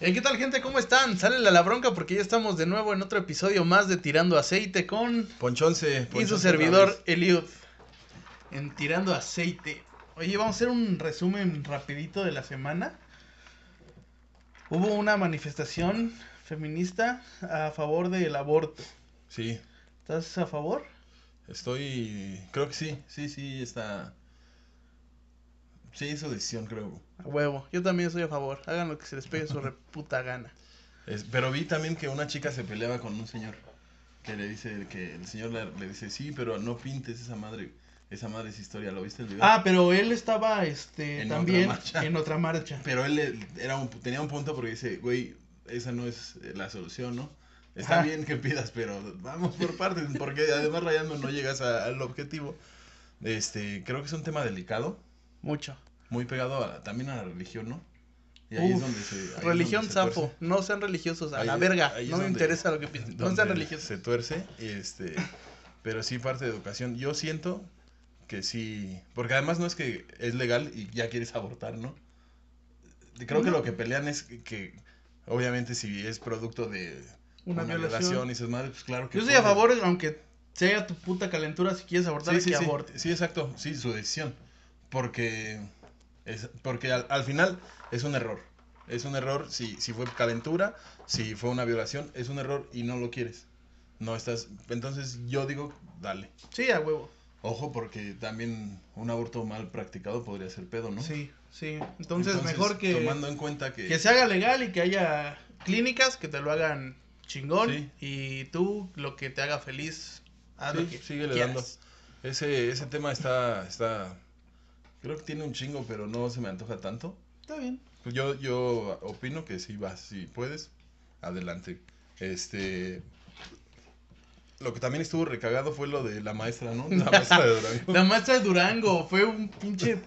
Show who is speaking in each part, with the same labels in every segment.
Speaker 1: Eh, ¿Qué tal, gente? ¿Cómo están? Salen a la bronca porque ya estamos de nuevo en otro episodio más de Tirando Aceite con.
Speaker 2: Ponchonce.
Speaker 1: y su servidor, Eliud. En Tirando Aceite. Oye, vamos a hacer un resumen rapidito de la semana. Hubo una manifestación feminista a favor del aborto.
Speaker 2: Sí,
Speaker 1: ¿Estás a favor?
Speaker 2: estoy. Creo que sí, sí, sí, está. Sí, es su decisión, creo.
Speaker 1: A huevo. Yo también soy a favor. Hagan lo que se les pegue su reputa gana.
Speaker 2: Es- pero vi también que una chica se peleaba con un señor. Que le dice, que el señor le, le dice, sí, pero no pintes esa madre. Esa madre es historia, ¿lo viste el video?
Speaker 1: Ah, pero él estaba este
Speaker 2: En
Speaker 1: también
Speaker 2: otra marcha.
Speaker 1: en otra marcha.
Speaker 2: Pero él le- era un- tenía un punto porque dice, güey, esa no es eh, la solución, ¿no? Está
Speaker 1: Ajá.
Speaker 2: bien que pidas, pero vamos por partes, porque además rayando no llegas a- al objetivo. Este, creo que es un tema delicado,
Speaker 1: Mucho.
Speaker 2: muy pegado a, también a la religión, ¿no? Y ahí
Speaker 1: Uf,
Speaker 2: es donde se... ahí es donde
Speaker 1: Religión
Speaker 2: se
Speaker 1: sapo,
Speaker 2: tuerce.
Speaker 1: no sean religiosos, a
Speaker 2: Ahí
Speaker 1: la
Speaker 2: es-
Speaker 1: verga,
Speaker 2: ahí es
Speaker 1: no me
Speaker 2: donde-
Speaker 1: interesa lo que piensen, no
Speaker 2: donde
Speaker 1: sean religiosos.
Speaker 2: Se tuerce, y este, pero sí parte de educación. Yo siento que sí, porque además no es que es legal y ya quieres abortar, ¿no? Creo que
Speaker 1: No.
Speaker 2: lo que pelean es que, que, obviamente si es producto de
Speaker 1: Una, violación.
Speaker 2: y esas madres, pues claro que
Speaker 1: Yo estoy a
Speaker 2: pobre.
Speaker 1: favor, aunque sea tu puta calentura, si quieres abortar,
Speaker 2: Sí, sí,
Speaker 1: que
Speaker 2: sí,
Speaker 1: abortes.
Speaker 2: sí, exacto, sí, su decisión. Porque, es, porque al, al final es un error. Es un error si, si fue calentura, si fue una violación, es un error y no lo quieres. No estás. Entonces yo digo, dale.
Speaker 1: Sí, a huevo.
Speaker 2: Ojo, porque también un aborto mal practicado podría ser pedo, ¿no?
Speaker 1: Sí, sí. Entonces, mejor que,
Speaker 2: Tomando en cuenta que.
Speaker 1: que se haga legal y que haya clínicas que te lo hagan chingón
Speaker 2: Sí.
Speaker 1: y tú lo que te haga feliz, haz lo
Speaker 2: Sí,
Speaker 1: que
Speaker 2: síguele
Speaker 1: quieras.
Speaker 2: dando. Ese, ese tema está, está. Creo que tiene un chingo, pero no se me antoja tanto.
Speaker 1: Está bien.
Speaker 2: Pues Yo, yo opino que si vas, si puedes, adelante. Este. Lo que también estuvo recagado fue lo de la maestra, ¿no? La maestra de Durango.
Speaker 1: La maestra de Durango fue un pinche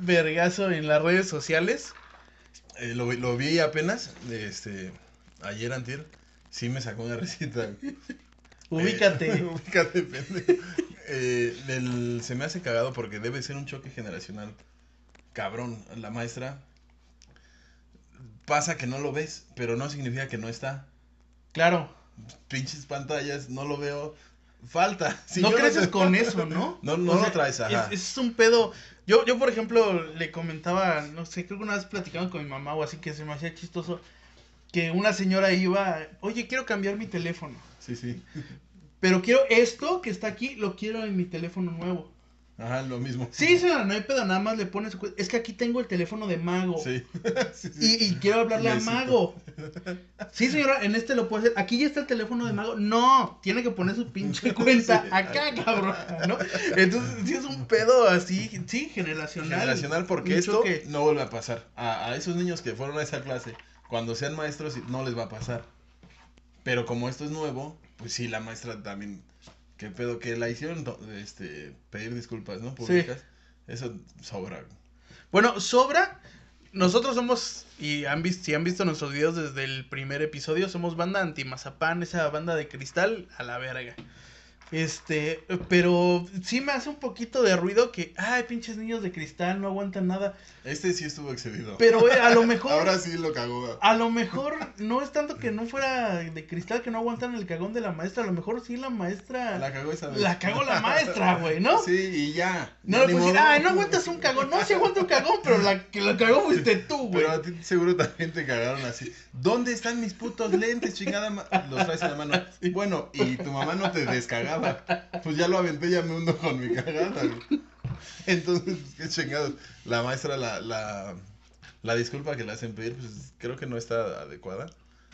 Speaker 1: vergazo en las redes sociales.
Speaker 2: Eh, lo, vi- lo vi apenas, este. Ayer, antier, sí me sacó una recita. güey.
Speaker 1: Ubícate.
Speaker 2: Eh, ubícate, pendejo. Eh, del- se me hace cagado porque debe ser un choque generacional. Cabrón, la maestra. Pasa que no lo ves, pero no significa que no está.
Speaker 1: Claro.
Speaker 2: pinches pantallas, no lo veo. Falta. Si
Speaker 1: no
Speaker 2: yo
Speaker 1: creces
Speaker 2: sé-
Speaker 1: con eso, ¿no?
Speaker 2: No, no
Speaker 1: O
Speaker 2: lo
Speaker 1: sea,
Speaker 2: traes, ajá.
Speaker 1: Es, es un pedo. Yo, yo, por ejemplo, le comentaba, no sé, creo que una vez platicando con mi mamá o así que se me hacía chistoso que una señora iba, oye, quiero cambiar mi teléfono,
Speaker 2: Sí, sí.
Speaker 1: pero quiero esto que está aquí, lo quiero en mi teléfono nuevo.
Speaker 2: Ajá, lo mismo.
Speaker 1: Sí, señora, no hay pedo, nada más le pones, cu- es que aquí tengo el teléfono de Mago.
Speaker 2: Sí. Sí, sí.
Speaker 1: Y, y quiero hablarle a
Speaker 2: Necesito.
Speaker 1: Mago. Sí, señora, en este lo puede hacer. Aquí ya está el teléfono de Mago. No, tiene que poner su pinche cuenta
Speaker 2: Sí.
Speaker 1: acá, cabrón. ¿no? Entonces, sí es un pedo así, sí, generacional.
Speaker 2: Generacional, porque
Speaker 1: Un
Speaker 2: esto
Speaker 1: choque.
Speaker 2: no vuelve a pasar. A, a esos niños que fueron a esa clase, cuando sean maestros, no les va a pasar. Pero como esto es nuevo, pues sí, la maestra también. Qué pedo, que la hicieron to- este, pedir disculpas, ¿no? Públicas. Eso sobra.
Speaker 1: Bueno, sobra. Nosotros somos, y han visto, si han visto nuestros videos desde el primer episodio, somos banda anti-mazapán, esa banda de cristal a la verga. Este, pero sí me hace un poquito de ruido que, ay, pinches niños de cristal, no aguantan nada.
Speaker 2: Este sí estuvo excedido.
Speaker 1: Pero eh, a lo mejor.
Speaker 2: Ahora sí lo cagó.
Speaker 1: A lo mejor no es tanto que no fuera de cristal que no aguantan el cagón de la maestra, a lo mejor sí la maestra
Speaker 2: La
Speaker 1: Ah, la,
Speaker 2: cagó esa vez.
Speaker 1: cagó la maestra, güey, ¿no?
Speaker 2: Sí, y ya.
Speaker 1: No
Speaker 2: Ya
Speaker 1: le
Speaker 2: ni
Speaker 1: puedes decir,
Speaker 2: modo.
Speaker 1: ay, no aguantas un cagón, no se aguanta un cagón, pero la que la cagó fuiste tú, güey.
Speaker 2: Pero a ti seguro también te cagaron así. ¿Dónde están mis putos lentes, chingada? ma-?" Los traes en la mano. Bueno, y tu mamá no te descagaba. Pues ya lo aventé, ya me hundo con mi cagada. güey. Entonces, pues, qué chingados. La maestra, la, la, la disculpa que le hacen pedir, pues creo que no está adecuada.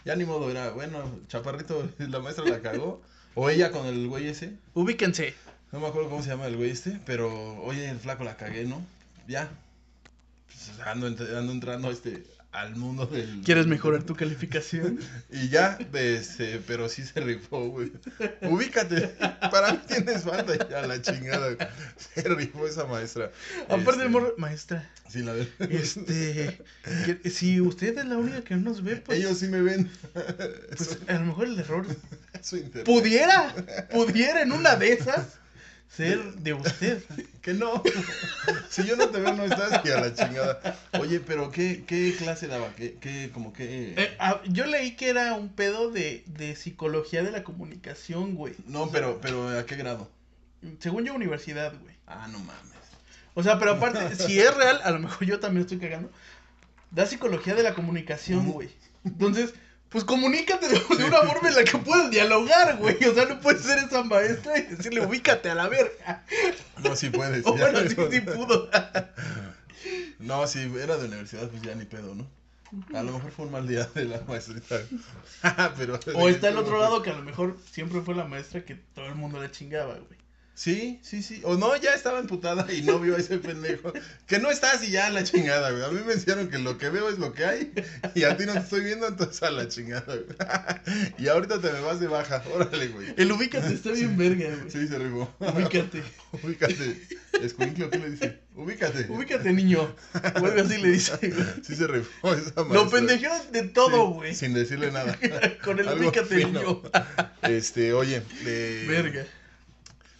Speaker 2: Ya ni modo, era, bueno, chaparrito, la maestra la cagó. O ella con el güey ese.
Speaker 1: Ubíquense.
Speaker 2: No me acuerdo cómo se llama el güey este, pero oye, el flaco la cagué, ¿no? Ya. Pues, ando, ent- ando entrando este, al mundo del.
Speaker 1: ¿Quieres mejorar tu calificación?
Speaker 2: Y ya, de este, pero sí se rifó, güey. Ubícate. Para mí tienes falta ya la chingada. güey. Se rifó esa maestra.
Speaker 1: Aparte
Speaker 2: Este,
Speaker 1: el morro, maestra,
Speaker 2: Sí, la verdad.
Speaker 1: este, que- si usted es la única que no nos ve, pues,
Speaker 2: Ellos sí me ven.
Speaker 1: pues a lo mejor el error
Speaker 2: Su internet.
Speaker 1: pudiera, pudiera en una de esas ser de usted.
Speaker 2: Que no. si yo no te veo, no estás y a la chingada. Oye, pero ¿qué, qué clase daba? ¿Qué, qué, como qué?
Speaker 1: Eh, ah, yo leí que era un pedo de, de psicología de la comunicación, güey.
Speaker 2: no, pero, pero ¿a qué grado?
Speaker 1: Según yo, universidad, güey.
Speaker 2: Ah, no mames.
Speaker 1: O sea, pero aparte, si es real, a lo mejor yo también estoy cagando. Da psicología de la comunicación, güey. Entonces, pues comunícate de, de una forma en la que puedas dialogar, güey. O sea, no puedes ser esa maestra y decirle, ubícate a la verga.
Speaker 2: No, si puedes.
Speaker 1: O
Speaker 2: ya.
Speaker 1: bueno, sí, sí pudo.
Speaker 2: No, si era de universidad, pues ya ni pedo, ¿no? A lo mejor fue un mal día de la maestrita. pero,
Speaker 1: O está el otro lado que a lo mejor siempre fue la maestra que todo el mundo la chingaba, güey.
Speaker 2: Sí, sí, sí. O no, ya estaba emputada y no vio a ese pendejo. Que no estás y ya a la chingada, güey. A mí me dijeron que lo que veo es lo que hay y a ti no te estoy viendo, entonces a la chingada, güey. Y ahorita te me vas de baja. Órale, güey.
Speaker 1: El ubícate está bien verga, güey.
Speaker 2: Sí, se rifó.
Speaker 1: Ubícate.
Speaker 2: Ubícate. Escuinclo, ¿qué le dice? Ubícate.
Speaker 1: Ubícate, niño. Vuelve así le dice, güey.
Speaker 2: Sí se rifó esa maestra.
Speaker 1: Lo pendejearon de todo,
Speaker 2: Sí,
Speaker 1: güey.
Speaker 2: Sin decirle nada.
Speaker 1: Con el
Speaker 2: Algo
Speaker 1: ubícate,
Speaker 2: fino.
Speaker 1: niño. Ah,
Speaker 2: Este, oye, eh,
Speaker 1: Verga.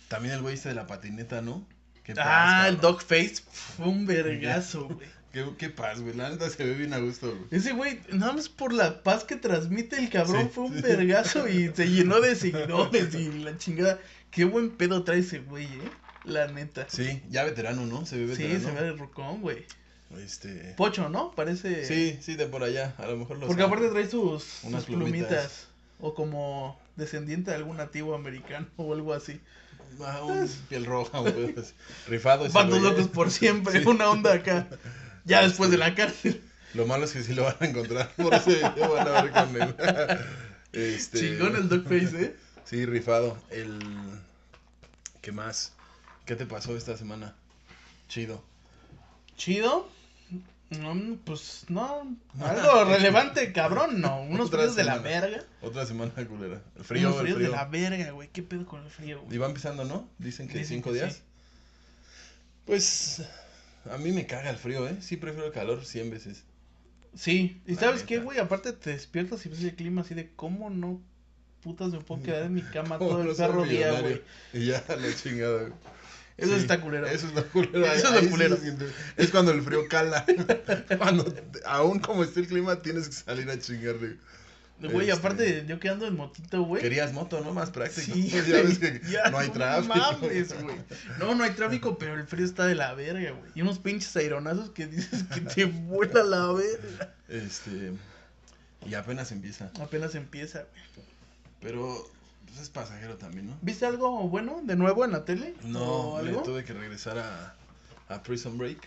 Speaker 2: También el güey este de la patineta, ¿no? Qué
Speaker 1: Ah, el
Speaker 2: cabrón.
Speaker 1: Dogface fue un vergazo, güey.
Speaker 2: Qué, qué paz, güey. La neta se ve bien a gusto, güey.
Speaker 1: Ese güey, nada más por la paz que transmite el cabrón,
Speaker 2: Sí,
Speaker 1: fue un
Speaker 2: sí.
Speaker 1: vergazo y se llenó de seguidores y la chingada. Qué buen pedo trae ese güey, eh. La neta. Sí,
Speaker 2: Sí, ya veterano, ¿no? Se ve veterano.
Speaker 1: se ve de rucón, güey.
Speaker 2: Este...
Speaker 1: Pocho, ¿no? Parece.
Speaker 2: Sí, sí, de por allá. A lo mejor lo
Speaker 1: Porque
Speaker 2: sé.
Speaker 1: aparte trae sus,
Speaker 2: Unas
Speaker 1: sus plumitas.
Speaker 2: plumitas.
Speaker 1: O como descendiente de algún nativo americano o algo así.
Speaker 2: Ah, un piel roja, güey. así. Rifado ese
Speaker 1: Vatos
Speaker 2: güey,
Speaker 1: locos
Speaker 2: ¿eh?
Speaker 1: por siempre, una onda acá. Ya después de la cárcel.
Speaker 2: Lo malo es que sí lo van a encontrar. Por eso ya van a ver con él. Este...
Speaker 1: Chingón el Dogface, eh.
Speaker 2: Sí, rifado. El... ¿Qué más? ¿Qué te pasó esta semana? Chido.
Speaker 1: Chido. Mm, pues no, algo relevante, cabrón, no. Unos
Speaker 2: Otra
Speaker 1: fríos de la
Speaker 2: semana.
Speaker 1: verga.
Speaker 2: Otra semana culera.
Speaker 1: Frío,
Speaker 2: El frío,
Speaker 1: Unos
Speaker 2: el
Speaker 1: fríos
Speaker 2: frío.
Speaker 1: de la verga, güey. ¿Qué pedo con el frío,
Speaker 2: Y
Speaker 1: güey?
Speaker 2: va empezando, ¿no? Dicen que
Speaker 1: Dicen
Speaker 2: cinco
Speaker 1: que
Speaker 2: días.
Speaker 1: sí.
Speaker 2: Pues a mí me caga el frío, ¿eh? Sí prefiero el calor 100 veces.
Speaker 1: Sí. ¿Y
Speaker 2: La
Speaker 1: sabes qué,
Speaker 2: neta.
Speaker 1: güey? Aparte te despiertas y ves el clima así de cómo no putas me puedo quedar en mi cama
Speaker 2: Como
Speaker 1: todo
Speaker 2: no
Speaker 1: el
Speaker 2: soy
Speaker 1: perro día,
Speaker 2: millonario.
Speaker 1: güey.
Speaker 2: Y ya, la chingada, güey.
Speaker 1: Eso está culero.
Speaker 2: Eso es la culera.
Speaker 1: Eso es lo culero.
Speaker 2: es cuando el frío cala. cuando, te- aún como esté el clima, tienes que salir a chingarle.
Speaker 1: Güey,
Speaker 2: Este-
Speaker 1: aparte yo que ando en motito, güey.
Speaker 2: Querías moto, ¿no? Más práctico.
Speaker 1: Sí,
Speaker 2: ya ves que
Speaker 1: güey, ya
Speaker 2: no hay tráfico.
Speaker 1: mames, güey. No, no hay tráfico, pero el frío está de la verga, güey. Y unos pinches aironazos que dices que te vuela la verga.
Speaker 2: Este. Y apenas empieza.
Speaker 1: Apenas empieza, güey.
Speaker 2: Pero pues, es pasajero también, ¿no?
Speaker 1: ¿Viste algo bueno de nuevo en la tele? ¿O
Speaker 2: No, le
Speaker 1: algo?
Speaker 2: tuve que regresar a, a Prison Break.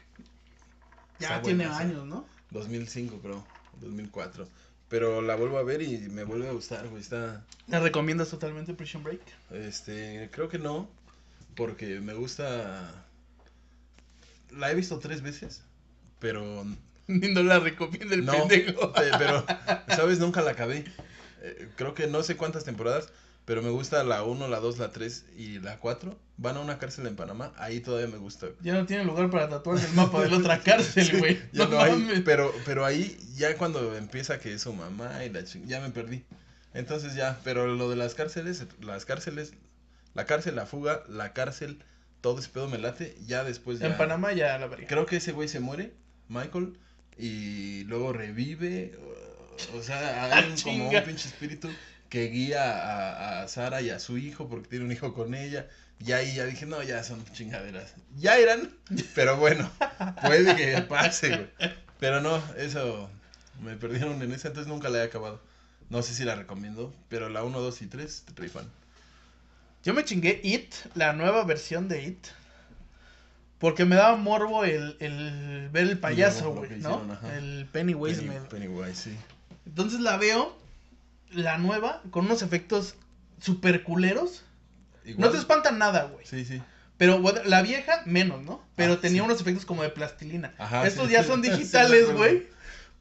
Speaker 1: Ya
Speaker 2: Está
Speaker 1: tiene
Speaker 2: buena, sí.
Speaker 1: años, ¿no?
Speaker 2: 2005, creo. 2004. Pero la vuelvo a ver y me vuelve a gustar, güey. Está.
Speaker 1: ¿La recomiendas totalmente Prison Break?
Speaker 2: Este. Creo que no. Porque me gusta. La he visto tres veces. Pero.
Speaker 1: No la recomienda el
Speaker 2: no,
Speaker 1: pendejo.
Speaker 2: eh, pero. ¿Sabes? Nunca la acabé. Eh, creo que no sé cuántas temporadas. Pero me gusta la 1, la 2, la 3 y la 4. Van a una cárcel en Panamá. Ahí todavía me gusta.
Speaker 1: Ya no tiene lugar para tatuarse el mapa de la otra cárcel, güey.
Speaker 2: Ya
Speaker 1: no,
Speaker 2: no hay,
Speaker 1: mames.
Speaker 2: pero, pero ahí ya cuando empieza que es su mamá y la ching- ya me perdí. Entonces ya, pero lo de las cárceles, las cárceles, la cárcel, la fuga, la cárcel, todo ese pedo me late, ya después ya.
Speaker 1: En Panamá ya la verga.
Speaker 2: Creo que ese güey se muere, Michael, y luego revive, o, o sea, hay un- como
Speaker 1: Ah, Chinga.
Speaker 2: un pinche espíritu que guía a, a Sara y a su hijo porque tiene un hijo con ella. Y ahí ya dije, no, ya son chingaderas. Ya eran, pero bueno, puede que pase, güey. Pero no, eso me perdieron en esa, entonces nunca la he acabado. No sé si la recomiendo, pero la 1, 2 y 3 te rifan.
Speaker 1: Yo me chingué It, la nueva versión de It. Porque me daba morbo el, el ver el payaso,
Speaker 2: lo que
Speaker 1: güey, ¿no?
Speaker 2: hicieron, ajá.
Speaker 1: El Pennywise.
Speaker 2: Penny-
Speaker 1: me-
Speaker 2: Pennywise, sí.
Speaker 1: Entonces la veo, la nueva, con unos efectos super culeros. No
Speaker 2: Igual-
Speaker 1: te espantan nada, güey.
Speaker 2: Sí, sí.
Speaker 1: Pero bueno, la vieja, menos, ¿no? Pero
Speaker 2: Ah,
Speaker 1: tenía
Speaker 2: sí.
Speaker 1: unos efectos como de plastilina.
Speaker 2: Ajá,
Speaker 1: Estos
Speaker 2: sí,
Speaker 1: ya
Speaker 2: sí.
Speaker 1: son
Speaker 2: Sí, me
Speaker 1: digitales,
Speaker 2: acuerdo.
Speaker 1: güey.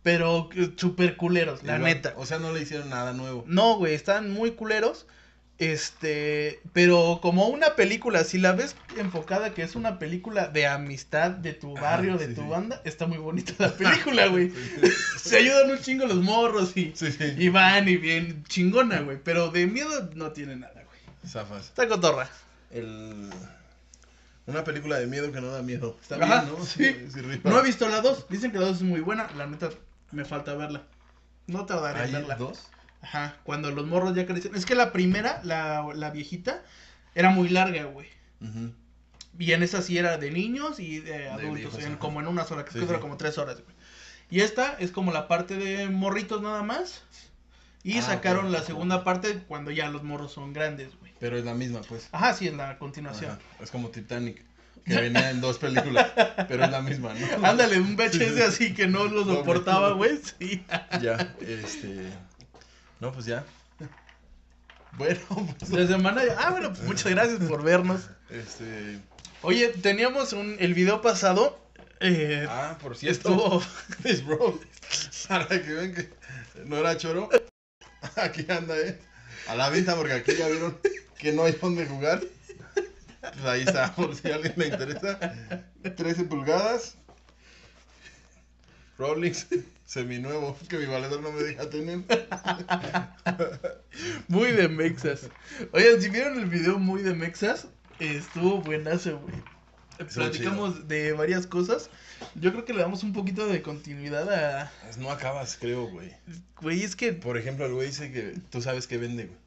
Speaker 1: pero eh, super culeros, la
Speaker 2: Igual,
Speaker 1: neta.
Speaker 2: O sea, no le hicieron nada nuevo.
Speaker 1: No, güey, están muy culeros. Este, pero como una película, si la ves enfocada que es una película de amistad de tu
Speaker 2: Ah,
Speaker 1: barrio, de
Speaker 2: sí,
Speaker 1: tu
Speaker 2: sí.
Speaker 1: banda, está muy bonita la película, güey. Se ayudan un chingo los morros y,
Speaker 2: Sí, sí.
Speaker 1: y van y bien chingona, güey. Pero de miedo no tiene nada, güey.
Speaker 2: Zafas.
Speaker 1: Está cotorra.
Speaker 2: El... Una película de miedo que no da miedo. Está
Speaker 1: Ajá,
Speaker 2: bien, ¿no?
Speaker 1: sí.
Speaker 2: Sí, rifa.
Speaker 1: No he visto la 2. Dicen que la 2 es muy buena. La neta, me falta verla. No tardaré
Speaker 2: ¿Hay
Speaker 1: en verla.
Speaker 2: dos?
Speaker 1: Ajá, cuando los morros ya crecen. Es que la primera, la, la viejita, era muy larga, güey.
Speaker 2: Ujú.
Speaker 1: Y en esa sí era de niños y de adultos,
Speaker 2: viejos,
Speaker 1: en-
Speaker 2: ajá.
Speaker 1: como en unas horas, creo
Speaker 2: Sí,
Speaker 1: que dura
Speaker 2: sí.
Speaker 1: como tres horas, güey. Y esta es como la parte de morritos nada más. Y
Speaker 2: Ah,
Speaker 1: sacaron
Speaker 2: ok.
Speaker 1: la segunda parte cuando ya los morros son grandes, güey.
Speaker 2: Pero es la misma, pues.
Speaker 1: Ajá, Ah, sí, es la continuación.
Speaker 2: Ajá. Es como Titanic, que venía en dos películas, pero es la misma, ¿no?
Speaker 1: Ándale, un VHS
Speaker 2: Sí, sí.
Speaker 1: así que no lo
Speaker 2: Doble.
Speaker 1: soportaba, güey. Sí.
Speaker 2: Ya, este. No, pues ya. Bueno, pues.
Speaker 1: La semana ya- Ah, bueno, pues muchas gracias por vernos.
Speaker 2: Este.
Speaker 1: Oye, teníamos un, el video pasado. Eh,
Speaker 2: Ah, por cierto.
Speaker 1: estuvo.
Speaker 2: Chris Bro. Para que vean que no era choro. Aquí anda, eh. A la venta, porque aquí ya vieron que no hay donde jugar. Pues ahí está, por si a alguien le interesa. 13 pulgadas. Rolex seminuevo, que mi valedor no me deja tener.
Speaker 1: Muy de Mexas. Oigan, si vieron el video muy de Mexas, estuvo buenazo, güey.
Speaker 2: Estuvo
Speaker 1: Platicamos de varias cosas. Yo creo que le damos un poquito de continuidad a.
Speaker 2: Pues no acabas, creo, güey.
Speaker 1: Güey, es que.
Speaker 2: Por ejemplo, el güey dice que tú sabes que vende, güey.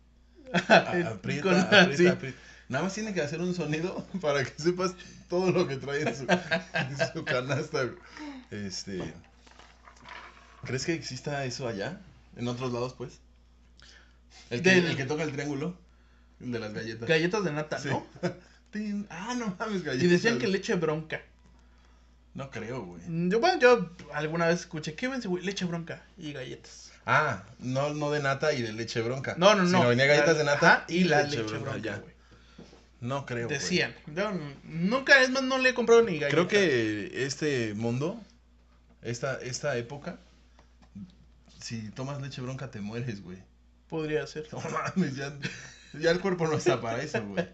Speaker 2: A- Aprieta,
Speaker 1: con-
Speaker 2: aprieta,
Speaker 1: sí.
Speaker 2: aprieta. Nada más tiene que hacer un sonido para que sepas todo lo que trae en su, en su canasta. güey. Este, ¿Crees que exista eso allá? En otros lados, pues. El que,
Speaker 1: Del-
Speaker 2: el que toca el triángulo. El de las galletas.
Speaker 1: Galletas de nata,
Speaker 2: Sí.
Speaker 1: ¿no?
Speaker 2: Tin. Ah, no mames, galletas.
Speaker 1: Y decían que leche bronca.
Speaker 2: No creo, güey.
Speaker 1: Mm, Yo, bueno, yo alguna vez escuché, ¿qué vence, güey? Leche bronca y galletas.
Speaker 2: Ah, no, no de nata y de leche bronca.
Speaker 1: No, no, no.
Speaker 2: Sino Ah, venía galletas
Speaker 1: La-
Speaker 2: de nata
Speaker 1: ajá, y la leche, bronca,
Speaker 2: ya.
Speaker 1: güey.
Speaker 2: No creo. güey.
Speaker 1: Decían. Yo n- nunca, es más, no le he comprado ni galletas.
Speaker 2: Creo que este mundo, esta, esta época, si tomas leche bronca te mueres, güey.
Speaker 1: Podría ser.
Speaker 2: No mames, ya, ya el cuerpo no está para eso, güey.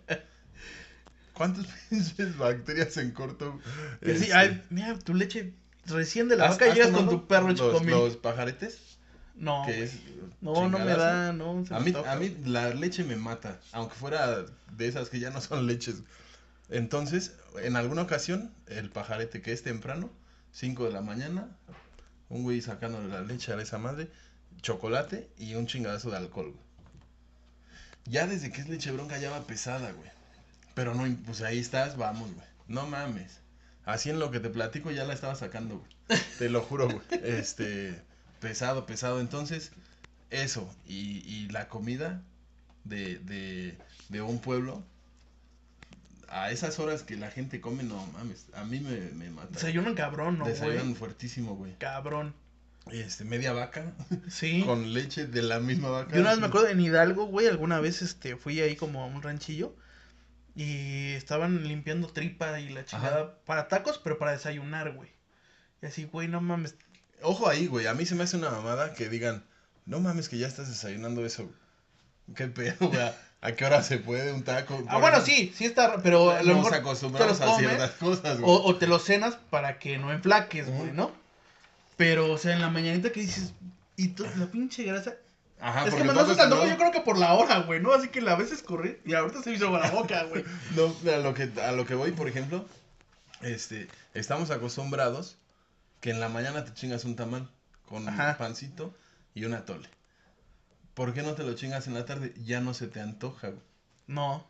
Speaker 2: ¿Cuántas pinches bacterias en corto?
Speaker 1: Que sí,
Speaker 2: este,
Speaker 1: ay, mira, tu leche recién de la
Speaker 2: ¿has-
Speaker 1: vaca
Speaker 2: has
Speaker 1: llegas con
Speaker 2: tomado
Speaker 1: tu perro
Speaker 2: los-
Speaker 1: chicomil.
Speaker 2: Los pajaretes,
Speaker 1: No,
Speaker 2: que
Speaker 1: güey.
Speaker 2: es
Speaker 1: no, no me
Speaker 2: chingadazo.
Speaker 1: da, no. se
Speaker 2: A
Speaker 1: me
Speaker 2: mí,
Speaker 1: antoja.
Speaker 2: a mí la leche me mata, aunque fuera de esas que ya no son leches. Entonces, en alguna ocasión, el pajarete que es temprano, 5 de la mañana, un güey sacándole la leche a esa madre, chocolate y un chingadazo de alcohol, güey. Ya desde que es leche bronca ya va pesada, güey. Pero no, pues ahí estás, vamos, güey. No mames. Así en lo que te platico ya la estaba sacando, güey. Te lo juro, güey. Este, pesado, pesado. Entonces, eso y, y la comida de, de, de un pueblo a esas horas que la gente come, no mames, a mí me, me mata.
Speaker 1: Desayunan cabrón, ¿no,
Speaker 2: Desayunan
Speaker 1: güey?
Speaker 2: fuertísimo, güey.
Speaker 1: Cabrón.
Speaker 2: Este, media vaca
Speaker 1: Sí.
Speaker 2: con leche de la misma vaca.
Speaker 1: Yo una vez me acuerdo en Hidalgo, güey, alguna vez este, fui ahí como a un ranchillo y estaban limpiando tripa y la chingada para tacos, pero para desayunar, güey. Y así, güey, no mames.
Speaker 2: Ojo ahí, güey, a mí se me hace una mamada que digan, no mames que ya estás desayunando eso. Qué pedo, güey. ¿A qué hora se puede un taco?
Speaker 1: Ah,
Speaker 2: Por
Speaker 1: bueno,
Speaker 2: ejemplo,
Speaker 1: sí, sí está, pero a lo
Speaker 2: Nos
Speaker 1: mejor
Speaker 2: acostumbramos
Speaker 1: te
Speaker 2: a
Speaker 1: los comes,
Speaker 2: ciertas cosas, güey.
Speaker 1: O, o te lo cenas para que no enflaques, güey,
Speaker 2: Ujú.
Speaker 1: ¿no? Pero, o sea, en la mañanita que dices, y to- la pinche grasa.
Speaker 2: Ajá,
Speaker 1: es que
Speaker 2: Ah, porque
Speaker 1: me
Speaker 2: tú
Speaker 1: lo hace tanto,
Speaker 2: acostumbrado-
Speaker 1: yo creo que por la hora, güey, ¿no? Así que la ves escurrir y ahorita se me hizo agua la boca, güey.
Speaker 2: No, a lo que, a lo que voy, por ejemplo, este, estamos acostumbrados que en la mañana te chingas un tamal con
Speaker 1: Ajá.
Speaker 2: pancito y un atole. ¿Por qué no te lo chingas en la tarde? Ya no se te antoja, güey.
Speaker 1: No,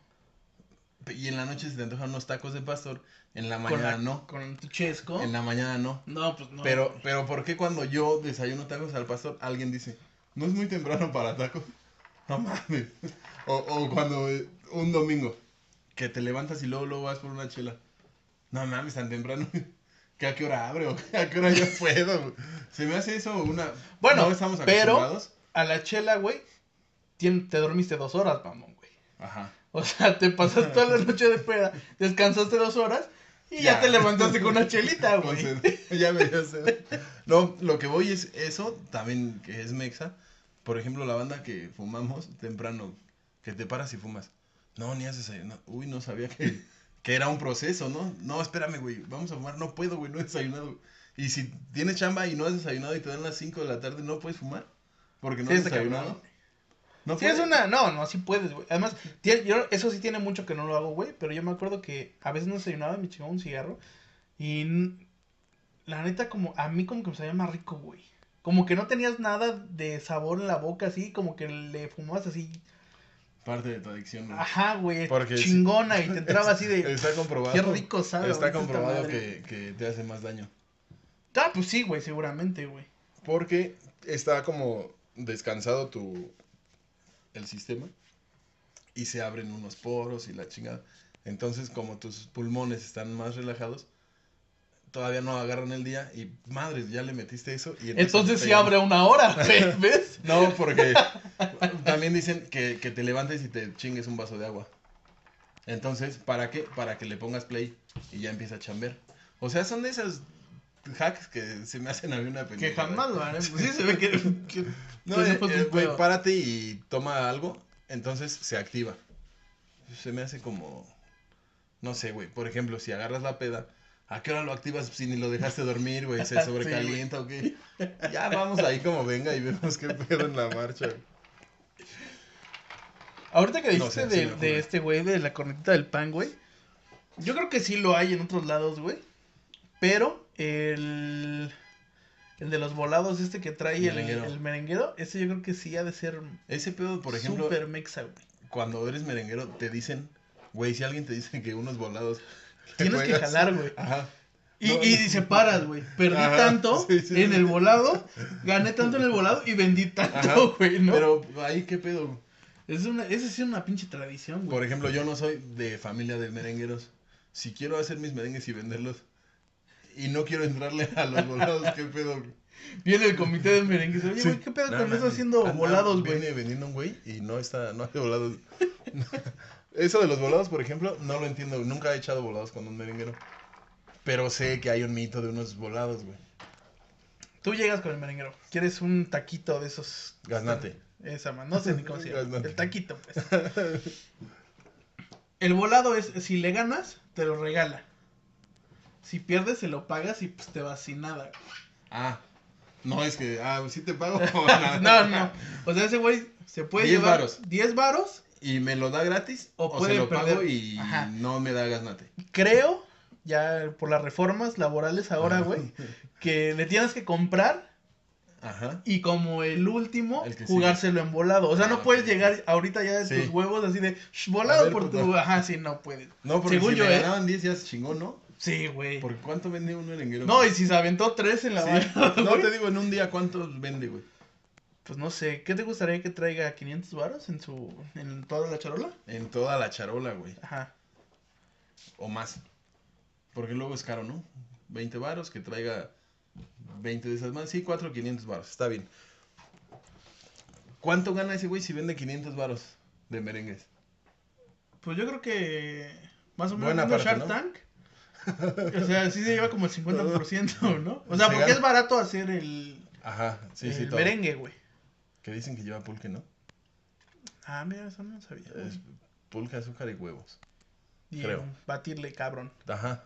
Speaker 2: Y en la noche se te antojan unos tacos de pastor, en la
Speaker 1: con,
Speaker 2: mañana
Speaker 1: la,
Speaker 2: no.
Speaker 1: con tu chesco.
Speaker 2: En la mañana no.
Speaker 1: No, pues no.
Speaker 2: Pero, pero ¿por qué cuando yo desayuno tacos al pastor, alguien dice, no es muy temprano para tacos? No mames. O, o cuando eh, un domingo, que te levantas y luego, luego vas por una chela. No mames, tan temprano. ¿Que ¿A qué hora abre? o ¿A qué hora yo puedo? Se me hace eso una...
Speaker 1: Bueno,
Speaker 2: ¿no estamos
Speaker 1: pero-
Speaker 2: acostumbrados?
Speaker 1: A la chela, güey, tien- te dormiste dos horas, mamón, güey.
Speaker 2: Ajá.
Speaker 1: O sea, te pasaste toda la noche de peda, descansaste dos horas y ya,
Speaker 2: Ya.
Speaker 1: te levantaste con una chelita,
Speaker 2: Con
Speaker 1: güey.
Speaker 2: sed. ya me dio sed. No, lo que voy es eso, también que es mexa. Por ejemplo, la banda que fumamos temprano, que te paras y fumas. No, ni has desayunado. Uy, no sabía que, que era un proceso, ¿no? No, espérame, güey, vamos a fumar. No puedo, güey, no he desayunado. Y si tienes chamba y no has desayunado y te dan las 5 de la tarde, ¿no puedes fumar? Porque no
Speaker 1: Sí,
Speaker 2: has
Speaker 1: está
Speaker 2: desayunado.
Speaker 1: cabrón.
Speaker 2: No
Speaker 1: sí,
Speaker 2: puede-
Speaker 1: es una. No, no, sí puedes, güey. Además, tie- yo, eso sí tiene mucho que no lo hago, güey. Pero yo me acuerdo que a veces no desayunaba, me chingaba un cigarro. Y n- la neta, como a mí, como que me sabía más rico, güey. Como que no tenías nada de sabor en la boca, así. Como que le fumabas así.
Speaker 2: Parte de tu adicción. güey.
Speaker 1: Ajá, güey.
Speaker 2: Mm. Porque sí.
Speaker 1: Chingona. Y te entraba así de.
Speaker 2: Está comprobado.
Speaker 1: Qué rico sabe. ahorita
Speaker 2: Está
Speaker 1: esta
Speaker 2: comprobado
Speaker 1: madre.
Speaker 2: que, que te hace más daño.
Speaker 1: Ah, pues sí, güey, seguramente, güey.
Speaker 2: Porque está como descansado tu. el sistema. Y se abren unos poros y la chingada. Entonces, como tus pulmones están más relajados, todavía no agarran el día. Y madres, ya le metiste eso. Y
Speaker 1: Entonces
Speaker 2: te
Speaker 1: sí
Speaker 2: pegan.
Speaker 1: abre una hora, güey, ¿ves?
Speaker 2: No, porque también dicen que, que te levantes y te chingues un vaso de agua. Entonces, ¿para qué? Para que le pongas play y ya empieza a chamber. O sea, son de esos hacks que se me hacen a mí una película.
Speaker 1: Que jamás lo haremos. Sí, se ve que. que-
Speaker 2: No,
Speaker 1: que
Speaker 2: eh,
Speaker 1: fue
Speaker 2: eh,
Speaker 1: un
Speaker 2: güey,
Speaker 1: pedo.
Speaker 2: párate y toma algo, entonces se activa. Se me hace como... No sé, güey. Por ejemplo, si agarras la peda, ¿a qué hora lo activas si ni lo dejaste dormir, güey? ¿Se
Speaker 1: Sí,
Speaker 2: sobrecalienta o qué? Ya vamos ahí como venga y vemos qué pedo en la marcha, güey.
Speaker 1: Ahorita que
Speaker 2: No
Speaker 1: dijiste
Speaker 2: sé,
Speaker 1: de,
Speaker 2: sí me
Speaker 1: de
Speaker 2: ocurre.
Speaker 1: este güey, de la cornetita del pan, güey. Yo creo que sí lo hay en otros lados, güey. Pero el. El de los volados, este que trae el el merenguero,
Speaker 2: Merenguero.
Speaker 1: ese yo creo que sí ha de ser.
Speaker 2: Ese pedo, por ejemplo,
Speaker 1: Super mexa, güey.
Speaker 2: cuando eres merenguero, te dicen, güey, si alguien te dice que unos volados. te
Speaker 1: Tienes que
Speaker 2: juegas-
Speaker 1: jalar, güey.
Speaker 2: Ajá.
Speaker 1: Y,
Speaker 2: No,
Speaker 1: y
Speaker 2: no.
Speaker 1: se paras, güey. Perdí
Speaker 2: Ajá,
Speaker 1: tanto
Speaker 2: sí, sí,
Speaker 1: en
Speaker 2: sí.
Speaker 1: el volado, gané tanto en el volado y vendí
Speaker 2: Ajá.
Speaker 1: tanto, güey, ¿no?
Speaker 2: Pero ahí qué pedo.
Speaker 1: Es una, esa sí es una pinche tradición, güey.
Speaker 2: Por ejemplo, yo no soy de familia de merengueros. Si quiero hacer mis merengues y venderlos. Y no quiero entrarle a los volados, qué pedo.
Speaker 1: Viene el comité de merengues. Oye,
Speaker 2: Sí.
Speaker 1: güey, ¿qué pedo
Speaker 2: No,
Speaker 1: con eso
Speaker 2: mames.
Speaker 1: haciendo
Speaker 2: Anda,
Speaker 1: volados, güey?
Speaker 2: Viene vendiendo un güey y no está, no hay volados. Eso de los volados, por ejemplo, no lo entiendo. Nunca he echado volados con un merenguero. Pero sé que hay un mito de unos volados, güey.
Speaker 1: Tú llegas con el merenguero. Quieres un taquito de esos.
Speaker 2: Gaznate.
Speaker 1: Esa, man. No sé ni cómo se llama.
Speaker 2: Gaznate.
Speaker 1: El taquito, pues. El volado es: si le ganas, te lo regala. Si pierdes, se lo pagas y pues te vas sin nada.
Speaker 2: Ah, no es que, ah, sí te pago.
Speaker 1: No, no. O sea, ese güey se puede
Speaker 2: Diez
Speaker 1: llevar
Speaker 2: varos.
Speaker 1: 10 varos.
Speaker 2: Y me lo da gratis
Speaker 1: O
Speaker 2: o,
Speaker 1: puede
Speaker 2: se lo
Speaker 1: perder.
Speaker 2: pago y
Speaker 1: Ajá.
Speaker 2: no me da gasnate.
Speaker 1: Creo, ya por las reformas laborales ahora, güey, que le tienes que comprar
Speaker 2: Ajá.
Speaker 1: Y como el último,
Speaker 2: El que
Speaker 1: jugárselo en volado. O sea, no
Speaker 2: Ah,
Speaker 1: puedes
Speaker 2: ok.
Speaker 1: llegar ahorita ya de
Speaker 2: Sí.
Speaker 1: tus huevos así de "Shh,
Speaker 2: A
Speaker 1: volado
Speaker 2: ver, pues,
Speaker 1: por
Speaker 2: puta.
Speaker 1: tu. Ajá, sí, no puedes.
Speaker 2: No, porque
Speaker 1: Según
Speaker 2: si
Speaker 1: yo,
Speaker 2: me
Speaker 1: ¿eh?
Speaker 2: ganaban 10 ya es chingón, ¿no?
Speaker 1: Sí, güey.
Speaker 2: Porque ¿cuánto vende un merenguero?
Speaker 1: No,
Speaker 2: güey?
Speaker 1: y si se aventó tres en la
Speaker 2: Sí.
Speaker 1: barra,
Speaker 2: No
Speaker 1: güey,
Speaker 2: te digo en un día cuántos vende, güey.
Speaker 1: Pues no sé, ¿qué te gustaría que traiga 500 varos en su. en toda la charola?
Speaker 2: En toda la charola, güey.
Speaker 1: Ajá.
Speaker 2: O más. Porque luego es caro, ¿no? 20 varos, que traiga 20 de esas más. Sí, 4 500 varos, está bien. ¿Cuánto gana ese güey si vende 500 varos de merengues?
Speaker 1: Pues yo creo que. Más o menos
Speaker 2: Buena
Speaker 1: viendo
Speaker 2: parte,
Speaker 1: Shark
Speaker 2: ¿no?
Speaker 1: Tank. O sea, sí se lleva como el 50%, ¿no? O sea,
Speaker 2: Se
Speaker 1: porque
Speaker 2: gana.
Speaker 1: es barato hacer el,
Speaker 2: Ajá, sí, sí,
Speaker 1: el
Speaker 2: todo.
Speaker 1: merengue, güey.
Speaker 2: Que dicen que lleva pulque, ¿no?
Speaker 1: Ah, mira, eso no lo sabía. güey.
Speaker 2: Es pulque, azúcar y huevos.
Speaker 1: Y
Speaker 2: creo.
Speaker 1: um, batirle, cabrón.
Speaker 2: Ajá.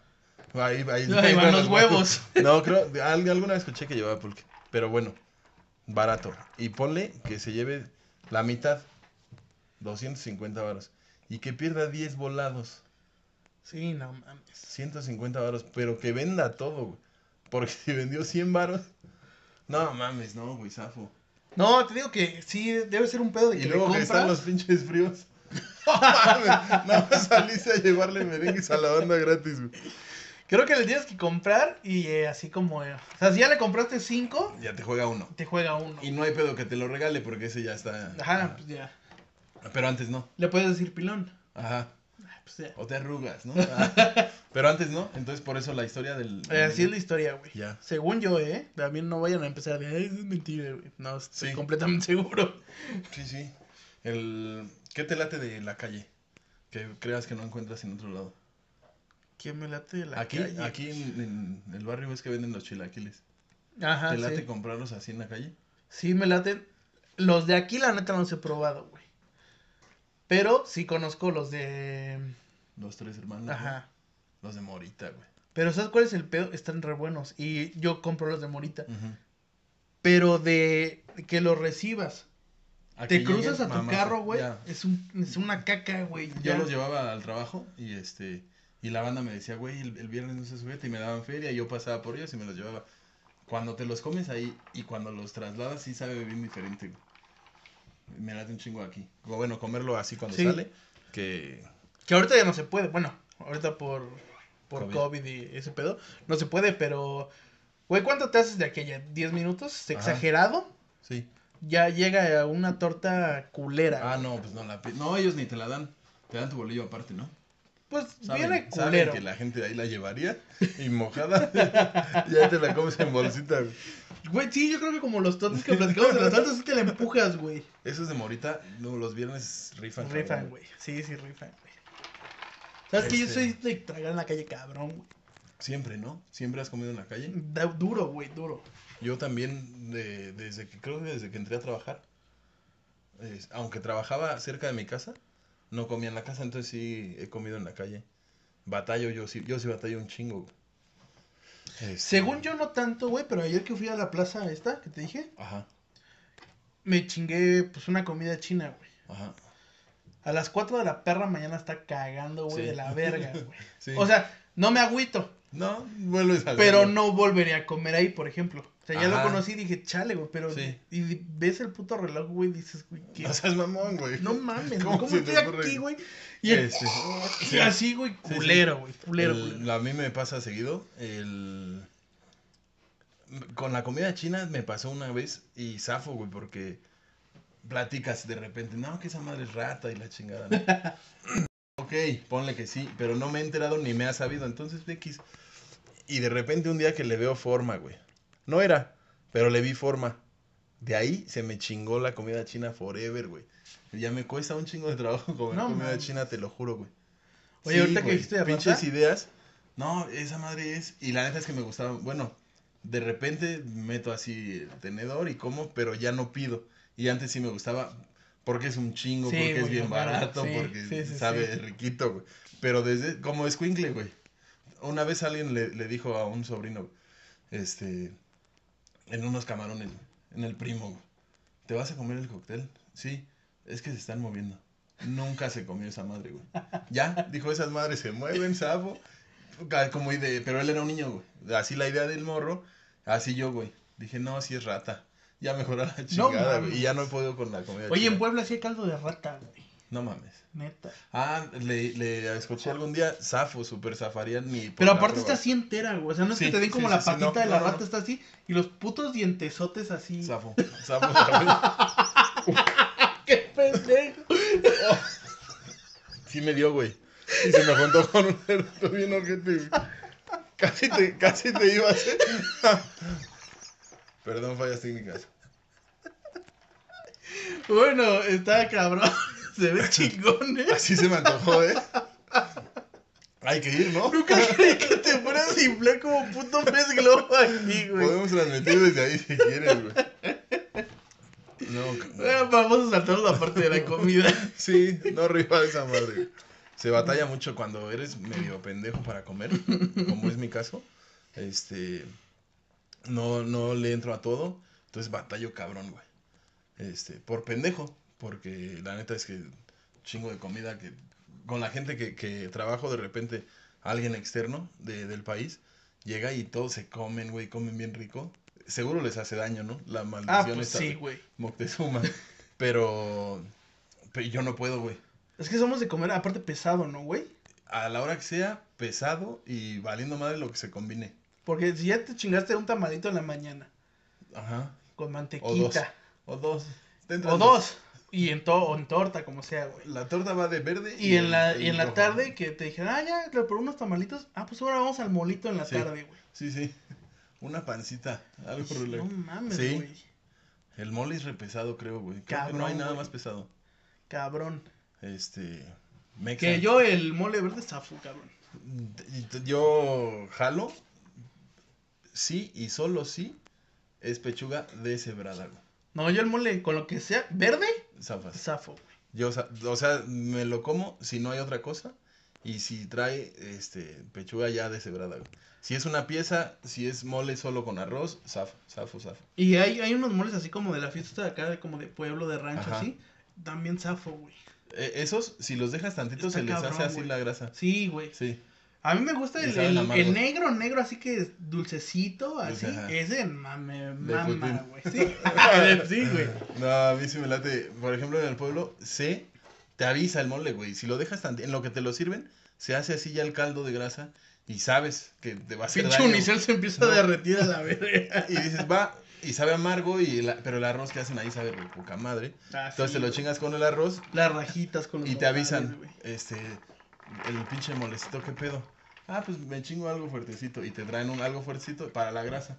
Speaker 2: Ahí, ahí,
Speaker 1: Ahí van
Speaker 2: ahí
Speaker 1: los huevos.
Speaker 2: No, creo, de- al- alguna vez escuché que llevaba pulque. Pero bueno, barato. Y ponle que se lleve la mitad, 250 varos. Y que pierda 10 volados,
Speaker 1: Sí, no mames.
Speaker 2: 150 varos. Pero que venda todo, güey. Porque si vendió 100 varos... No mames, no, güey, zafo.
Speaker 1: No, te digo que sí, debe ser un pedo de
Speaker 2: Y
Speaker 1: que le
Speaker 2: luego que están los
Speaker 1: compras.
Speaker 2: pinches fríos. No mames, nada más saliste a llevarle merengues a la banda gratis, güey.
Speaker 1: Creo que le tienes que comprar y eh, así como. eh, o sea, si ya le compraste cinco,
Speaker 2: Ya te juega uno.
Speaker 1: te juega uno.
Speaker 2: Y no hay pedo que te lo regale porque ese ya está. Ah,
Speaker 1: Ajá, pues ya.
Speaker 2: Pero antes no.
Speaker 1: Le puedes decir pilón.
Speaker 2: Ajá.
Speaker 1: Ah, Pues ya.
Speaker 2: O te arrugas, ¿no? Ah, Pero antes no. Entonces por eso la historia del.
Speaker 1: Eh, así es la historia, güey.
Speaker 2: Ya.
Speaker 1: Según yo, ¿eh? También no vayan a empezar de, "Ay, eso es mentira, güey. No, estoy
Speaker 2: Sí.
Speaker 1: completamente seguro.
Speaker 2: Sí, sí. El. ¿Qué te late de la calle? Que creas que no encuentras en otro lado.
Speaker 1: ¿Quién me late de la
Speaker 2: aquí
Speaker 1: calle?
Speaker 2: aquí en, en el barrio es que venden los chilaquiles.
Speaker 1: Ajá,
Speaker 2: ¿Te late
Speaker 1: Ah, sí.
Speaker 2: comprarlos así en la calle?
Speaker 1: Sí, me laten. Los de aquí, la neta, no los he probado, güey. Pero sí conozco los de.
Speaker 2: Los tres hermanos. güey.
Speaker 1: Ajá.
Speaker 2: Los de Morita, güey.
Speaker 1: Pero ¿sabes cuál es el pedo? Están re buenos. Y yo compro los de Morita.
Speaker 2: Ujú.
Speaker 1: Pero de que los recibas
Speaker 2: a
Speaker 1: Te
Speaker 2: que
Speaker 1: cruzas
Speaker 2: lleguen,
Speaker 1: a tu
Speaker 2: mamá,
Speaker 1: carro, güey.
Speaker 2: ya.
Speaker 1: Es, un, es una caca, güey.
Speaker 2: Yo
Speaker 1: ya.
Speaker 2: los llevaba al trabajo y este y la banda me decía, güey, el, el viernes no se sujeta y me daban feria y yo pasaba por ellos y me los llevaba. Cuando te los comes ahí y cuando los trasladas sí sabe bien diferente. güey. Me late un chingo aquí. O bueno, comerlo así cuando
Speaker 1: Sí.
Speaker 2: sale que
Speaker 1: Que ahorita ya no se puede. Bueno, ahorita por, por
Speaker 2: COVID.
Speaker 1: COVID. y ese pedo. No se puede, pero. Güey, ¿cuánto te haces de aquella? ¿10 minutos?
Speaker 2: Ajá.
Speaker 1: Exagerado.
Speaker 2: sí.
Speaker 1: Ya llega a una torta culera.
Speaker 2: Ah,
Speaker 1: güey.
Speaker 2: no, pues no la pi- no ellos ni te la dan. Te dan tu bolillo aparte, ¿no?
Speaker 1: Pues
Speaker 2: Saben,
Speaker 1: viene
Speaker 2: saben
Speaker 1: culero.
Speaker 2: que la gente ahí la llevaría y mojada. y ahí te la comes en bolsita. güey.
Speaker 1: Güey, sí, yo creo que como los totes que platicamos de las salsas, sí te la empujas, güey.
Speaker 2: Esos de Morita, no, los viernes rifan. cabrón.
Speaker 1: Rifan, güey. Sí, sí, rifan, güey. ¿Sabes que yo
Speaker 2: Este-
Speaker 1: soy de tragar en la calle, cabrón, güey?
Speaker 2: Siempre, ¿no? Siempre has comido en la calle.
Speaker 1: Da- Duro, güey, duro.
Speaker 2: Yo también, de- desde que creo que desde que entré a trabajar, es- aunque trabajaba cerca de mi casa, no comía en la casa, entonces sí he comido en la calle. Batallo yo sí, yo sí batallo un chingo. güey. Este,
Speaker 1: Según yo no tanto, güey, pero ayer que fui a la plaza esta que te dije,
Speaker 2: Ajá,
Speaker 1: me chingué pues una comida china, güey.
Speaker 2: ajá.
Speaker 1: A las 4 de la perra mañana está cagando, güey,
Speaker 2: Sí.
Speaker 1: de la verga, güey.
Speaker 2: Sí.
Speaker 1: O sea, no me agüito,
Speaker 2: no, vuelves a
Speaker 1: pero
Speaker 2: hacerlo.
Speaker 1: no volveré a comer ahí, por ejemplo. O sea, ya
Speaker 2: Ajá.
Speaker 1: lo conocí y dije, chale, güey, pero...
Speaker 2: Sí.
Speaker 1: Y ves el puto reloj, güey, y dices, güey, ¿qué?
Speaker 2: No seas mamón, güey.
Speaker 1: No mames,
Speaker 2: ¿Cómo
Speaker 1: ¿cómo, ¿cómo
Speaker 2: se te
Speaker 1: estoy
Speaker 2: ocurre?
Speaker 1: aquí, güey? Y el-
Speaker 2: Este,
Speaker 1: y así, güey,
Speaker 2: sí.
Speaker 1: culero, güey, culero,
Speaker 2: El-
Speaker 1: culero.
Speaker 2: a mí me pasa seguido. El... Con la comida china me pasó una vez y zafo, güey, porque platicas de repente, no, que esa madre es rata y la chingada. ¿no?". ok, ponle que sí, pero no me he enterado ni me ha sabido, entonces X. Y de repente un día que le veo forma, güey. No era, pero le vi forma. De ahí se me chingó la comida china forever, güey. Ya me cuesta un chingo de trabajo comer
Speaker 1: No
Speaker 2: comida
Speaker 1: mames.
Speaker 2: china, te lo juro, güey.
Speaker 1: Oye, ahorita que
Speaker 2: güey,
Speaker 1: dijiste de
Speaker 2: pinches
Speaker 1: rata.
Speaker 2: ideas. No, esa madre es. Y la neta es que me gustaba. Bueno, de repente meto así el tenedor y como, pero ya no pido. Y antes sí me gustaba porque es un chingo,
Speaker 1: Sí,
Speaker 2: porque es
Speaker 1: güey,
Speaker 2: bien
Speaker 1: no mames,
Speaker 2: barato,
Speaker 1: sí,
Speaker 2: porque
Speaker 1: sí, sí,
Speaker 2: sabe
Speaker 1: sí.
Speaker 2: riquito, güey. Pero desde. Como escuincle, güey. Una vez alguien le, le dijo a un sobrino, este. En unos camarones, güey, en el primo, güey. ¿Te vas a comer el cóctel? Sí, es que se están moviendo. Nunca se comió esa madre, güey. Ya, dijo, esas madres se mueven, sapo. Ca- Como idea, pero él era un niño, güey. Así la idea del morro, así yo, güey. Dije, no, así es rata. Ya mejoró la chingada, güey.
Speaker 1: mames.
Speaker 2: Y ya no he podido con la comida.
Speaker 1: Oye,
Speaker 2: china.
Speaker 1: en Puebla hacía caldo de rata, güey.
Speaker 2: No mames.
Speaker 1: Neta.
Speaker 2: Ah, le, le escuché algún día, zafo, super zafaría ni. por
Speaker 1: Pero
Speaker 2: la
Speaker 1: aparte está
Speaker 2: prueba.
Speaker 1: así entera, güey. O sea, no es
Speaker 2: Sí,
Speaker 1: que te den
Speaker 2: sí,
Speaker 1: como
Speaker 2: sí,
Speaker 1: la
Speaker 2: sí,
Speaker 1: patita
Speaker 2: no,
Speaker 1: de la
Speaker 2: no, no.
Speaker 1: rata, está así. Y los putos dientesotes así.
Speaker 2: Zafo, zafo, zafo.
Speaker 1: ¡Qué pendejo!
Speaker 2: Sí me dio, güey. Y se me juntó con un error bien ojete. güey. Casi te, casi te iba a hacer. Perdón, fallas técnicas.
Speaker 1: Bueno, está cabrón. Se ve chingón, ¿eh?
Speaker 2: Así se me antojó, ¿eh? Hay que ir, ¿no?
Speaker 1: Nunca creí que te fueras a inflar como puto pez globo aquí, güey.
Speaker 2: Podemos transmitir desde ahí si quieres, güey. No,
Speaker 1: Bueno, vamos a saltar la parte de la comida.
Speaker 2: sí, no rival esa madre. güey. Se batalla mucho cuando eres medio pendejo para comer, como es mi caso. Este, no, no le entro a todo, entonces batallo cabrón, güey. Este, por pendejo, porque la neta es que chingo de comida que con la gente que, que trabajo de repente alguien externo de- del país llega y todos se comen, güey, comen bien rico. Seguro les hace daño, ¿no? La
Speaker 1: Ah,
Speaker 2: maldición
Speaker 1: pues
Speaker 2: esta
Speaker 1: sí,
Speaker 2: de
Speaker 1: güey.
Speaker 2: Moctezuma. Pero, pero yo no puedo, güey.
Speaker 1: Es que somos de comer, aparte pesado, ¿no, güey?
Speaker 2: A la hora que sea, pesado y valiendo madre lo que se combine.
Speaker 1: Porque si ya te chingaste un tamalito en la mañana
Speaker 2: Ajá.
Speaker 1: con
Speaker 2: O dos.
Speaker 1: mantequita
Speaker 2: O dos. Te entran
Speaker 1: o dos, y en, to o en torta, como sea, güey.
Speaker 2: La torta va de verde.
Speaker 1: Y en la,
Speaker 2: el-
Speaker 1: y en la
Speaker 2: rojo.
Speaker 1: tarde que te dijeron, ah, ya, por unos tamalitos. Ah, pues ahora vamos al molito en la
Speaker 2: Sí.
Speaker 1: tarde, güey.
Speaker 2: Sí, sí. Una pancita. Algo
Speaker 1: No
Speaker 2: relax.
Speaker 1: mames,
Speaker 2: Sí.
Speaker 1: güey.
Speaker 2: El mole es repesado, creo, güey. Creo que no hay
Speaker 1: Cabrón,
Speaker 2: nada
Speaker 1: güey.
Speaker 2: más pesado.
Speaker 1: Cabrón.
Speaker 2: Este. mexa.
Speaker 1: Que yo el mole verde zafo, cabrón.
Speaker 2: Y t- Yo jalo. Sí y solo sí es pechuga deshebrada, güey.
Speaker 1: No, yo el mole con lo que sea, verde,
Speaker 2: Zafas.
Speaker 1: zafo. güey.
Speaker 2: Yo, o sea, o sea, me lo como si no hay otra cosa Y si trae este pechuga ya deshebrada, güey. Si es una pieza, si es mole solo con arroz, zafo, zafo, zafo.
Speaker 1: Y hay, hay unos moles así como de la fiesta de acá, de como de pueblo, de rancho,
Speaker 2: Ajá.
Speaker 1: así. También zafo, güey.
Speaker 2: Eh, esos, si los dejas tantito,
Speaker 1: Está
Speaker 2: se les hace
Speaker 1: cabrón,
Speaker 2: así
Speaker 1: güey.
Speaker 2: la grasa.
Speaker 1: Sí, güey.
Speaker 2: Sí.
Speaker 1: A mí me gusta
Speaker 2: Le
Speaker 1: el,
Speaker 2: saben
Speaker 1: el-
Speaker 2: amargo.
Speaker 1: el negro, negro, así que es dulcecito, así.
Speaker 2: Ajá.
Speaker 1: Ese mame,
Speaker 2: De
Speaker 1: mama,
Speaker 2: Putin.
Speaker 1: güey. Sí, sí, güey.
Speaker 2: No, a mí sí me late. Por ejemplo, en el pueblo, se te avisa el mole, güey. Si lo dejas tantito, en lo que te lo sirven, se hace así ya el caldo de grasa y sabes que te va a hacer
Speaker 1: Pinche
Speaker 2: daño.
Speaker 1: unicel se empieza
Speaker 2: No.
Speaker 1: a derretir a la verga.
Speaker 2: Y dices, va, y sabe amargo, y la- pero el arroz que hacen ahí sabe de poca madre. Entonces te lo
Speaker 1: chingas.
Speaker 2: chingas con el arroz
Speaker 1: Las rajitas con los
Speaker 2: y te
Speaker 1: nopales,
Speaker 2: avisan,
Speaker 1: güey.
Speaker 2: este, el pinche molecito, ¿qué pedo? Ah, pues me chingo algo fuertecito y te traen un algo fuertecito para la grasa.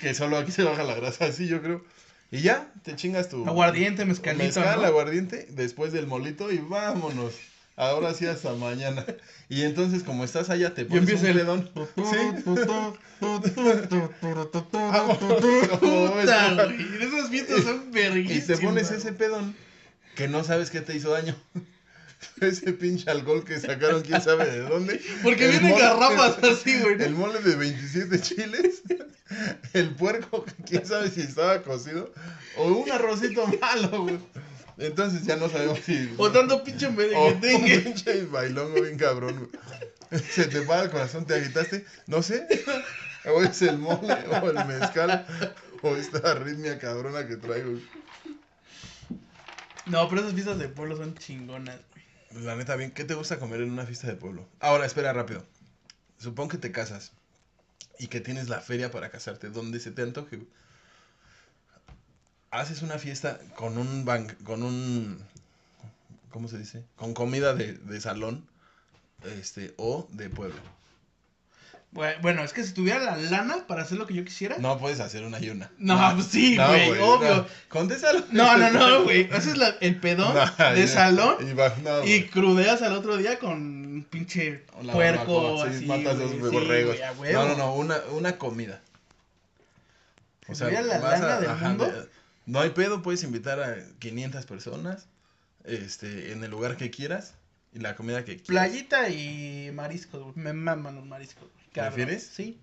Speaker 2: Que solo aquí se baja la grasa, así yo creo. Y ya, te chingas tu
Speaker 1: Aguardiente,
Speaker 2: tu
Speaker 1: mezcalito.
Speaker 2: mezcal,
Speaker 1: ¿no?
Speaker 2: aguardiente, después del molito y vámonos. Ahora sí hasta mañana. Y entonces como estás allá te
Speaker 1: Y
Speaker 2: pones
Speaker 1: empieza
Speaker 2: un
Speaker 1: el
Speaker 2: dedón.
Speaker 1: Puta, güey. Esas fiestas son
Speaker 2: Y
Speaker 1: verguísimas.
Speaker 2: te pones ese pedón que no sabes qué te hizo daño. Ese pinche alcohol que sacaron quién sabe de dónde.
Speaker 1: Porque
Speaker 2: El
Speaker 1: vienen
Speaker 2: mole-
Speaker 1: garrafas así, güey. ¿no?
Speaker 2: El mole de 27 chiles, el puerco, que quién sabe si estaba cocido, o un arrocito malo, güey. Entonces ya no sabemos si...
Speaker 1: O tanto pinche
Speaker 2: o un
Speaker 1: merengue.
Speaker 2: pinche bailongo bien cabrón, güey. Se te para el corazón, te agitaste, no sé, o es el mole, o el mezcal, o esta arritmia cabrona que traigo. güey.
Speaker 1: No, pero esas fiestas de pueblo son chingonas, güey.
Speaker 2: Pues, La neta, bien, ¿qué te gusta comer en una fiesta de pueblo? Ahora, espera rápido. Supón que te casas y que tienes la feria para casarte, donde se te antoje. güey. Haces una fiesta con un ban- con un ¿cómo se dice? Con comida de, de salón este o de pueblo.
Speaker 1: Bue- Bueno, es que si tuviera la lana para hacer lo que yo quisiera.
Speaker 2: No puedes hacer una y una.
Speaker 1: No, pues sí, güey, obvio.
Speaker 2: Contéstalo.
Speaker 1: No, no, no, güey. Haces la- el pedón
Speaker 2: No,
Speaker 1: de
Speaker 2: y-
Speaker 1: salón
Speaker 2: y va- no,
Speaker 1: y
Speaker 2: güey.
Speaker 1: crudeas al otro día con un pinche
Speaker 2: La
Speaker 1: puerco
Speaker 2: barbacoa, sí,
Speaker 1: así.
Speaker 2: matas
Speaker 1: güey,
Speaker 2: dos
Speaker 1: sí,
Speaker 2: borregos.
Speaker 1: güey, a huevo.
Speaker 2: no, no, no, una, una comida.
Speaker 1: Si tuviera la lana del mundo.
Speaker 2: de- no hay pedo, puedes invitar a 500 personas este, en el lugar que quieras y la comida que quieras.
Speaker 1: Playita y mariscos, güey. Me maman los mariscos, güey. cabrón.
Speaker 2: ¿Prefieres?
Speaker 1: Sí.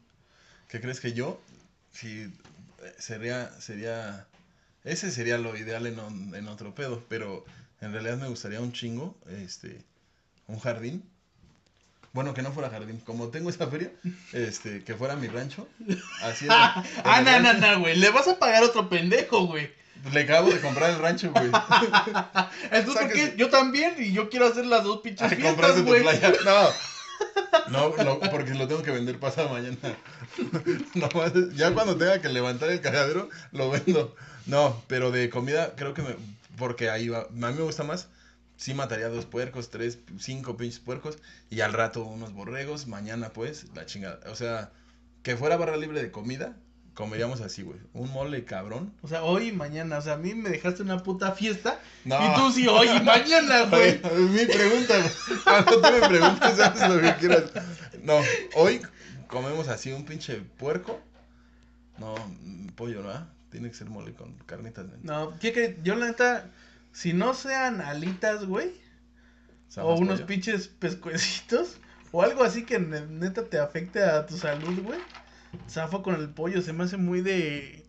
Speaker 2: ¿Qué crees que yo? Si eh, sería, sería, ese sería lo ideal en, on- en otro pedo, pero en realidad me gustaría un chingo, este, un jardín. Bueno, que no fuera jardín, como tengo esa feria, este, que fuera mi rancho. Así en- en
Speaker 1: Ah,
Speaker 2: el
Speaker 1: no, no,
Speaker 2: rancho.
Speaker 1: no, güey. Le vas a pagar otro pendejo, güey.
Speaker 2: Le acabo de comprar el rancho, güey.
Speaker 1: Entonces, ¿por
Speaker 2: Sáquese.
Speaker 1: qué? Yo también y yo quiero hacer las dos pinches
Speaker 2: Ah,
Speaker 1: fiestas,
Speaker 2: compraste tu
Speaker 1: güey.
Speaker 2: playa. No. No, lo- porque lo tengo que vender pasado mañana. No, ya cuando tenga que levantar el cagadero, lo vendo. No, pero de comida, creo que me. Porque ahí va. A mí me gusta más. Sí, mataría dos puercos, tres, cinco pinches puercos. Y al rato unos borregos. Mañana, pues, la chingada. O sea, que fuera barra libre de comida, comeríamos así, güey. Un mole cabrón.
Speaker 1: O sea, hoy y mañana. O sea, a mí me dejaste una puta fiesta.
Speaker 2: No.
Speaker 1: Y tú sí, hoy y mañana, güey.
Speaker 2: Bueno, es mi pregunta, güey. Cuando tú me preguntes, haces lo que quieras. No, hoy comemos así un pinche puerco. No, mm, pollo, ¿no? Tiene que ser mole con carnitas. No,
Speaker 1: No, ¿qué crees? Yo, la neta, si no sean alitas, güey, o unos pinches pescuecitos, o algo así que ne- neta te afecte a tu salud, güey. Zafo con el pollo, se me hace muy de.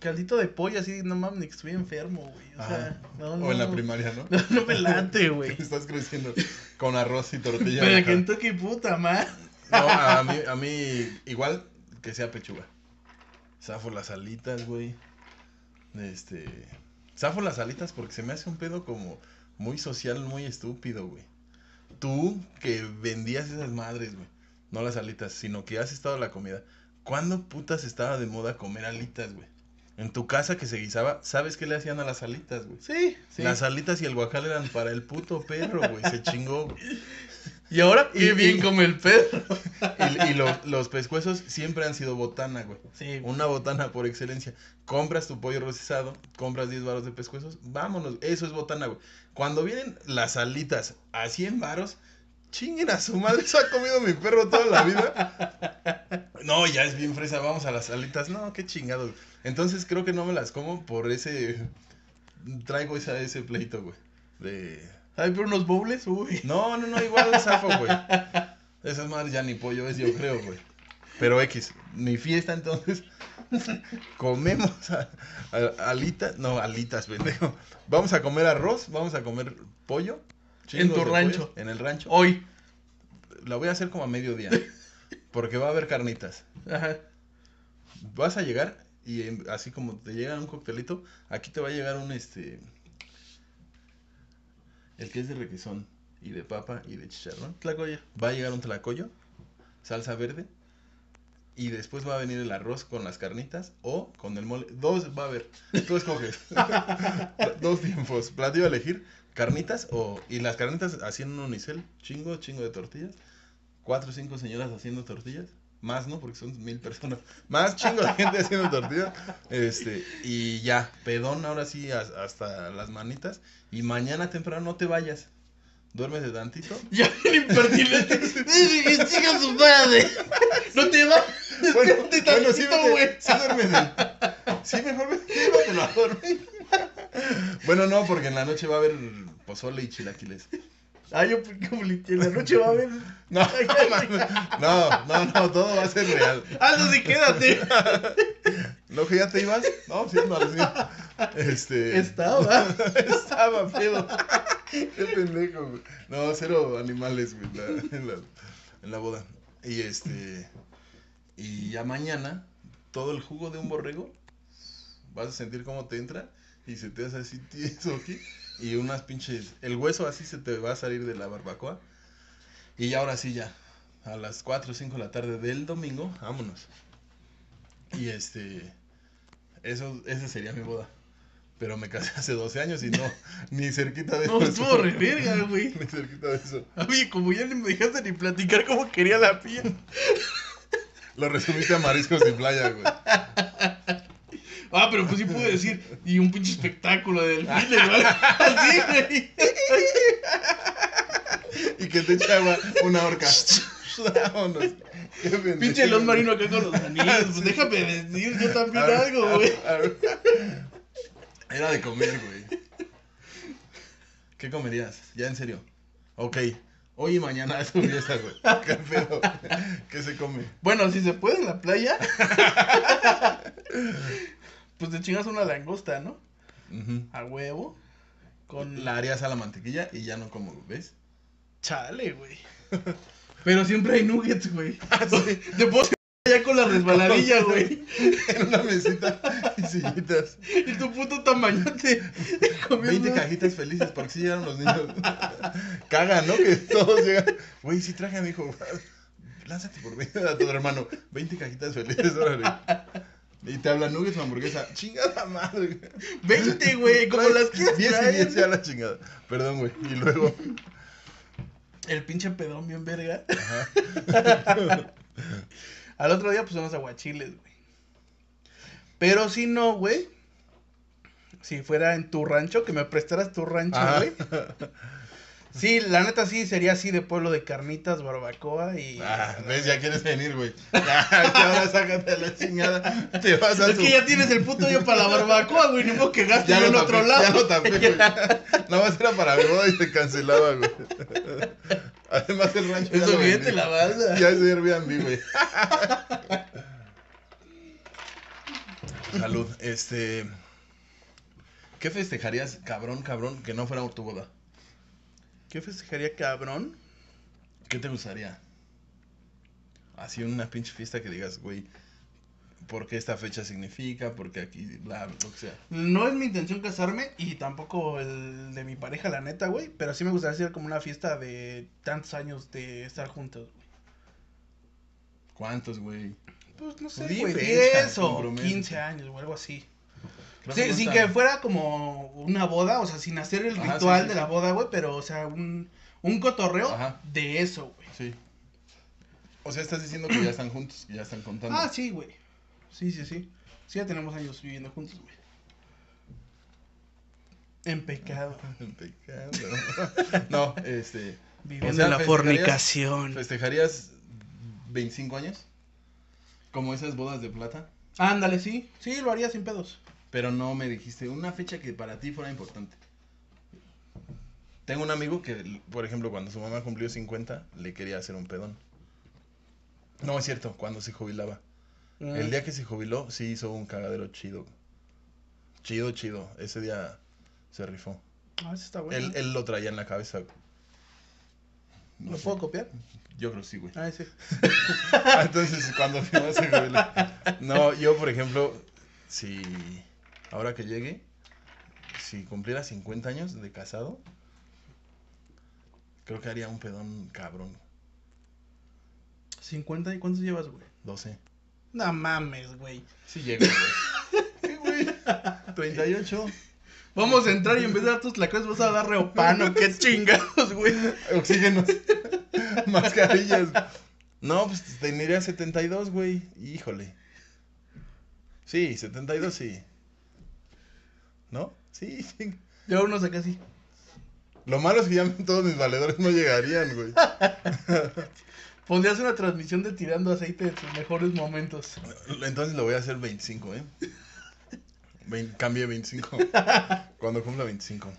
Speaker 1: Caldito de pollo, así, no mames, que estoy enfermo, güey. O sea, no, no.
Speaker 2: O en la
Speaker 1: no.
Speaker 2: primaria, ¿no?
Speaker 1: No, no me late, güey.
Speaker 2: Estás creciendo con arroz y tortilla.
Speaker 1: Pero
Speaker 2: Ajá.
Speaker 1: Kentucky, puta madre.
Speaker 2: No, a mí, a mí igual que sea pechuga. Zafo las alitas, güey. Este. Zafo las alitas porque se me hace un pedo como muy social, muy estúpido, güey. Tú que vendías esas madres, güey. No las alitas, sino que has estado a la comida. ¿Cuándo putas estaba de moda comer alitas, güey? En tu casa que se guisaba, ¿sabes qué le hacían a las alitas, güey?
Speaker 1: Sí, sí.
Speaker 2: Las alitas y el guacal eran para el puto perro, güey. Se chingó, güey.
Speaker 1: Y ahora,
Speaker 2: Y-
Speaker 1: qué bien
Speaker 2: y-
Speaker 1: come el perro.
Speaker 2: Y, y lo- los pescuezos siempre han sido botana, güey.
Speaker 1: Sí,
Speaker 2: Una botana por excelencia. Compras tu pollo rocizado, compras 10 varos de pescuezos, vámonos. Eso es botana, güey. Cuando vienen las alitas a 100 varos, chinguen a su madre. Eso ha comido mi perro toda la vida. No, ya es bien fresa, vamos a las alitas. No, qué chingado. güey. Entonces creo que no me las como por ese... Traigo esa, ese pleito, güey. De...
Speaker 1: ¿Hay por unos bowls? Uy.
Speaker 2: No, no, no, igual el zafo, güey. Esa madre ya ni pollo es, yo creo, güey. Pero X, mi fiesta entonces. Comemos a- a- alitas, no, alitas, pendejo. Vamos a comer arroz, vamos a comer pollo. chingos
Speaker 1: tu
Speaker 2: de
Speaker 1: rancho.
Speaker 2: pollo, en el rancho.
Speaker 1: Hoy.
Speaker 2: La voy a hacer como a mediodía. Porque va a haber carnitas.
Speaker 1: Ajá.
Speaker 2: Vas a llegar y em, así como te llega un coctelito, aquí te va a llegar un este. El que es de requesón y de papa y de chicharrón.
Speaker 1: Tlacoya.
Speaker 2: va a llegar un tlacoyo, salsa verde, y después va a venir el arroz con las carnitas o con el mole. Dos va a haber, tú escoges. Dos tiempos, platillo a elegir, carnitas o... Y las carnitas haciendo un unicel, chingo, chingo de tortillas. Cuatro o cinco señoras haciendo tortillas. Más, ¿no? Porque son mil personas. Más chingo de gente haciendo tortillas. Este, y ya, pedón ahora sí as- hasta las manitas. Y mañana temprano no te vayas. Duermes de tantito
Speaker 1: Ya bien impertinente. Dice que chica su madre. No te va.
Speaker 2: Bueno,
Speaker 1: Descarte
Speaker 2: bueno, sí,
Speaker 1: tantito, güey.
Speaker 2: vete, sí duérmete. Sí, mejor vete, llévatelo a dormir. Bueno, no, porque en la noche va a haber pozole y chilaquiles.
Speaker 1: Ah, yo como li- en la noche va a haber.
Speaker 2: No, mames. no, no, no, todo va a ser real.
Speaker 1: Ah, no, sí, quédate.
Speaker 2: ¿No que ya te ibas? No, pues sí, no, sí. Este.
Speaker 1: Estaba.
Speaker 2: Estaba, pedo. Qué pendejo, güey. No, cero animales, güey, en la- en, la, en la boda. Y este. Y ya mañana, todo el jugo de un borrego, vas a sentir cómo te entra y se te hace así tieso aquí. Y unas pinches. El hueso así se te va a salir de la barbacoa. Y ya ahora sí, ya. A las 4 o 5 de la tarde del domingo, vámonos. Y este. Eso, esa sería mi boda. Pero me casé hace 12 años y no, ni cerquita de
Speaker 1: No, pues,
Speaker 2: eso.
Speaker 1: estuvo re verga, güey. Ah,
Speaker 2: Ni cerquita de eso.
Speaker 1: Oye, como ya ni me dejaste ni platicar cómo quería la piel.
Speaker 2: Lo resumiste a mariscos y playa, güey.
Speaker 1: Ah, pero pues sí pude decir. Y un pinche espectáculo de delfines, ¿vale? Así, güey.
Speaker 2: Y que te echa agua una horca. Vámonos. Qué pendejo,
Speaker 1: Pinche león
Speaker 2: güey.
Speaker 1: marino acá con los anillos. Pues déjame decir yo también
Speaker 2: Ah.
Speaker 1: algo, güey.
Speaker 2: Era de comer, güey. ¿Qué comerías? Ya en serio. Ok. Hoy y mañana es tu fiesta, güey. ¿Qué pedo? ¿Qué se come?
Speaker 1: Bueno, si se puede en la playa. pues te chingas una langosta, ¿no? A huevo. Con la
Speaker 2: La harías a la mantequilla y ya no como, güey, ¿ves?
Speaker 1: chale, güey. Pero siempre hay nuggets, güey.
Speaker 2: Ah,
Speaker 1: Te puedo ya con la resbaladilla, güey.
Speaker 2: En una mesita y sillitas.
Speaker 1: Y tu puto tamañote. comiendo.
Speaker 2: 20 cajitas felices porque sí llegaron los niños. Caga, ¿no? Que todos llegan. Güey, sí traje a mi hijo. Lánzate por mí a tu hermano. 20 cajitas felices, órale. Y te hablan nuggets o hamburguesa. Chingada madre.
Speaker 1: 20, güey. Como las quieras
Speaker 2: 10 y
Speaker 1: traer.
Speaker 2: 10 ya la chingada. Perdón, güey. Y luego.
Speaker 1: El pinche pedón bien verga.
Speaker 2: Ajá.
Speaker 1: Al otro día, pues son los aguachiles, güey. Pero si no, güey. Si fuera en tu rancho, que me prestaras tu rancho,
Speaker 2: Ajá.
Speaker 1: güey. Sí, la neta sí sería así de pueblo de carnitas, barbacoa y.
Speaker 2: Ah, ¿Ves? Ya quieres venir, güey. Ya, ya ahora sácate a la chingada. Te vas a
Speaker 1: es
Speaker 2: tu-
Speaker 1: que ya tienes el puto hoyo para la barbacoa, güey. Ni modo que gastes
Speaker 2: Ya
Speaker 1: en
Speaker 2: lo tapé,
Speaker 1: otro lado.
Speaker 2: Ya lo tapé, güey. Nada más era para mi boda y se cancelaba, güey. Además el rancho ya
Speaker 1: Eso
Speaker 2: lo
Speaker 1: olvídate
Speaker 2: vendí.
Speaker 1: la banda.
Speaker 2: Ya es Airbnb, güey. Salud, este... ¿Qué festejarías, cabrón, cabrón, que no fuera tu boda?
Speaker 1: ¿Qué festejaría cabrón?
Speaker 2: ¿Qué te gustaría? Así una pinche fiesta que digas, güey, ¿por qué esta fecha significa? ¿Por qué aquí? Bla, lo que sea.
Speaker 1: No es mi intención casarme y tampoco el de mi pareja, la neta, güey. Pero sí me gustaría hacer como una fiesta de tantos años de estar juntos, güey.
Speaker 2: ¿Cuántos, güey?
Speaker 1: Pues no sé,
Speaker 2: Di
Speaker 1: güey.
Speaker 2: fecha,
Speaker 1: 10 o
Speaker 2: comprométete.
Speaker 1: 15 años o algo así.
Speaker 2: Creo
Speaker 1: Sí,
Speaker 2: no
Speaker 1: sin
Speaker 2: están.
Speaker 1: que fuera como una boda, o sea, sin hacer el
Speaker 2: Ajá,
Speaker 1: ritual
Speaker 2: sí, sí,
Speaker 1: de
Speaker 2: sí.
Speaker 1: la boda, güey, pero, o sea, un, un cotorreo
Speaker 2: Ajá.
Speaker 1: de eso, güey.
Speaker 2: Sí. O sea, estás diciendo que ya están juntos, que ya están contando.
Speaker 1: Ah, sí, güey. Sí, sí, sí. Sí, ya tenemos años viviendo juntos, güey. En pecado.
Speaker 2: Pecado. No, este.
Speaker 1: Viviendo
Speaker 2: O sea,
Speaker 1: en la
Speaker 2: festejarías-
Speaker 1: fornicación.
Speaker 2: Pues, ¿Festejarías 25 años? Como esas bodas de plata.
Speaker 1: Ándale, sí. Sí, lo haría sin pedos.
Speaker 2: Pero no me dijiste una fecha que para ti fuera importante. Tengo un amigo que, por ejemplo, cuando su mamá cumplió 50, le quería hacer un pedón. No, es cierto, cuando se jubilaba.
Speaker 1: Mm.
Speaker 2: El día que se jubiló, sí hizo un cagadero chido. Chido, chido. Ese día se rifó.
Speaker 1: Ah, ese está bueno.
Speaker 2: Él, él lo traía en la cabeza. güey. No
Speaker 1: ¿Lo
Speaker 2: sé.
Speaker 1: puedo copiar?
Speaker 2: Yo creo que sí, güey.
Speaker 1: Ah, ese.
Speaker 2: Ah. Entonces, cuando mi mamá se jubila. No, yo, por ejemplo, si ahora que llegue, si cumpliera 50 años de casado, creo que haría un pedón cabrón.
Speaker 1: 50 y cuántos llevas, güey.
Speaker 2: 12.
Speaker 1: No mames, güey.
Speaker 2: Sí llego, güey. ¿Qué, güey? 38.
Speaker 1: Vamos a entrar y en vez de dar tus lacras vas a dar reopano. Qué chingados, güey.
Speaker 2: Oxígenos. Mascarillas. No, pues tendría 72, güey. Híjole. Sí, 72 sí. ¿No? Sí, sí.
Speaker 1: Ya unos acá sí.
Speaker 2: Lo malo es que ya todos mis valedores no llegarían, güey.
Speaker 1: Pondrías una transmisión de tirando aceite de tus mejores momentos.
Speaker 2: Entonces lo voy a hacer 25, ¿eh? Vein- cambié 25. Cuando cumpla 25.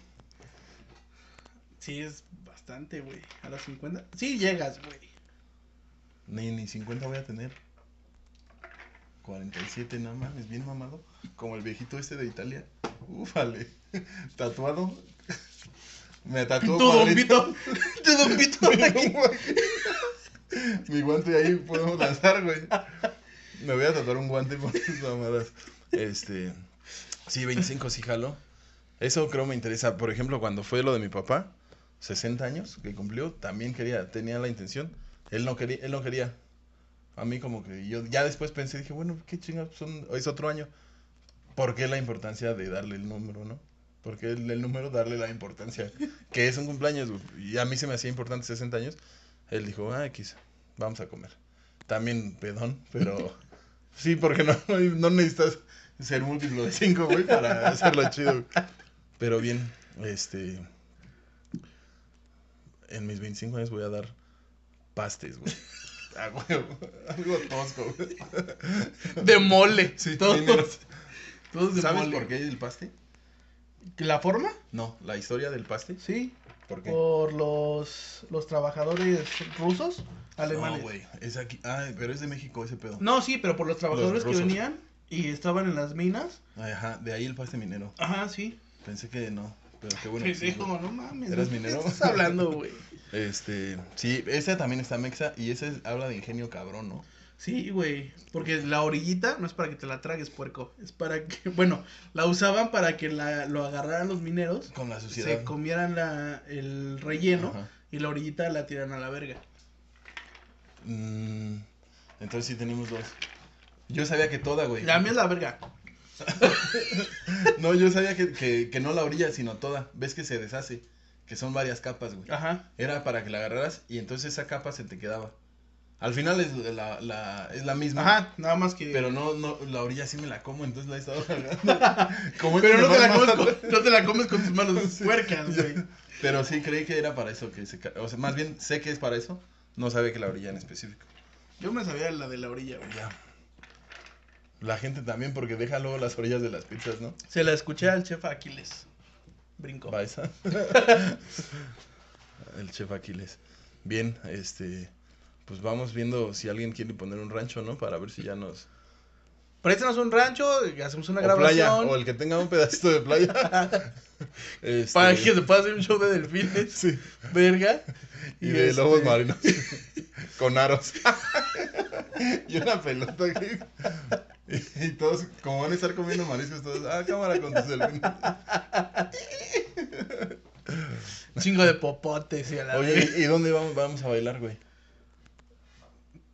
Speaker 1: Sí, es bastante, güey. A las 50. Sí llegas, güey.
Speaker 2: Ni, ni 50 voy a tener. 47, no mames, bien mamado. Como el viejito este de Italia. Ufale. Tatuado. Me
Speaker 1: Tu
Speaker 2: tatuó
Speaker 1: don
Speaker 2: cuadrito.
Speaker 1: Vito. Tu don Vito de aquí.
Speaker 2: Mi guante ahí podemos lanzar, güey. Me voy a tatuar un guante por tus mamadas. Este. Sí, 25 sí jalo. Eso creo me interesa. Por ejemplo, cuando fue lo de mi papá, 60 años que cumplió, también quería, tenía la intención. Él no quería, él no quería. A mí como que yo ya después pensé, dije, bueno, qué chingados, pues, son, es otro año. ¿Por qué la importancia de darle el número, no? ¿Por qué el, el número darle la importancia? Que es un cumpleaños, güey. Y a mí se me hacía importante 60 años. Él dijo, ah, X, vamos a comer. También pedón, pero sí, porque no, no, no necesitas ser múltiplo de 5, güey, para hacerlo chido. güey. Pero bien, este... En mis 25 años voy a dar pastes, Ah, güey. A huevo. Algo tosco, güey.
Speaker 1: De mole.
Speaker 2: Sí,
Speaker 1: todos,
Speaker 2: tiene-
Speaker 1: todos de
Speaker 2: ¿Sabes
Speaker 1: mole.
Speaker 2: por qué el paste?
Speaker 1: ¿La forma?
Speaker 2: No, la historia del paste.
Speaker 1: Sí.
Speaker 2: ¿Por qué?
Speaker 1: Por los, los trabajadores rusos, alemanes.
Speaker 2: No, güey. Es aquí. Ah, pero es de México ese pedo.
Speaker 1: No, sí, pero por los trabajadores que
Speaker 2: rusos.
Speaker 1: venían y estaban en las minas.
Speaker 2: Ay, Ajá, de ahí el paste minero.
Speaker 1: Ajá, sí.
Speaker 2: Pensé que no, pero qué bueno. que sí,
Speaker 1: Pendejo,
Speaker 2: güey.
Speaker 1: no mames.
Speaker 2: ¿Eras
Speaker 1: ¿de qué
Speaker 2: minero?
Speaker 1: estás hablando, güey?
Speaker 2: este, sí, ese también está mexa y ese es- habla de ingenio cabrón, ¿no?
Speaker 1: Sí, güey. Porque la orillita no es para que te la tragues, puerco. Es para que, bueno, la usaban para que la, lo agarraran los mineros,
Speaker 2: Con la sociedad.
Speaker 1: se comieran la, el relleno
Speaker 2: Ajá.
Speaker 1: y la orillita la tiran a la verga.
Speaker 2: Mm, entonces sí tenemos dos. Yo sabía que toda, güey.
Speaker 1: La mía es la verga.
Speaker 2: No, yo sabía que, que, que no la orilla, sino toda. Ves que se deshace, que son varias capas, güey.
Speaker 1: Ajá.
Speaker 2: Era para que la agarraras y entonces esa capa se te quedaba. Al final es la, la, es la misma.
Speaker 1: Ajá, nada más que.
Speaker 2: Pero no, no, la orilla sí me la como, entonces la he estado agarrando. Como es
Speaker 1: Pero
Speaker 2: que
Speaker 1: no,
Speaker 2: me
Speaker 1: te la
Speaker 2: vas
Speaker 1: comes
Speaker 2: matando.
Speaker 1: con, no te la comes con tus manos
Speaker 2: Sí.
Speaker 1: puercas, güey.
Speaker 2: Pero sí creí que era para eso que se ca- O sea, más bien sé que es para eso. No sabe que la orilla en específico.
Speaker 1: Yo me sabía la de la orilla, güey.
Speaker 2: Ya. La gente también porque deja luego las orillas de las pizzas, ¿no?
Speaker 1: Se la escuché al chef Aquiles. Brinco.
Speaker 2: Va esa. El chef Aquiles. Bien, este. Pues vamos viendo si alguien quiere poner un rancho, ¿no? Para ver si ya nos.
Speaker 1: Préstanos un rancho, y hacemos una
Speaker 2: o playa,
Speaker 1: grabación.
Speaker 2: o el que tenga un pedacito de playa. Este,
Speaker 1: Para que se pueda hacer un show de delfines.
Speaker 2: Sí.
Speaker 1: Verga.
Speaker 2: Y de lobos
Speaker 1: este,
Speaker 2: marinos. Con aros. y una pelota aquí. Y, y todos, como van a estar comiendo mariscos, todos, ah, cámara con tu celular.
Speaker 1: Chingo de popotes y a la
Speaker 2: Oye,
Speaker 1: verga.
Speaker 2: ¿y, y dónde vamos, vamos a bailar, güey?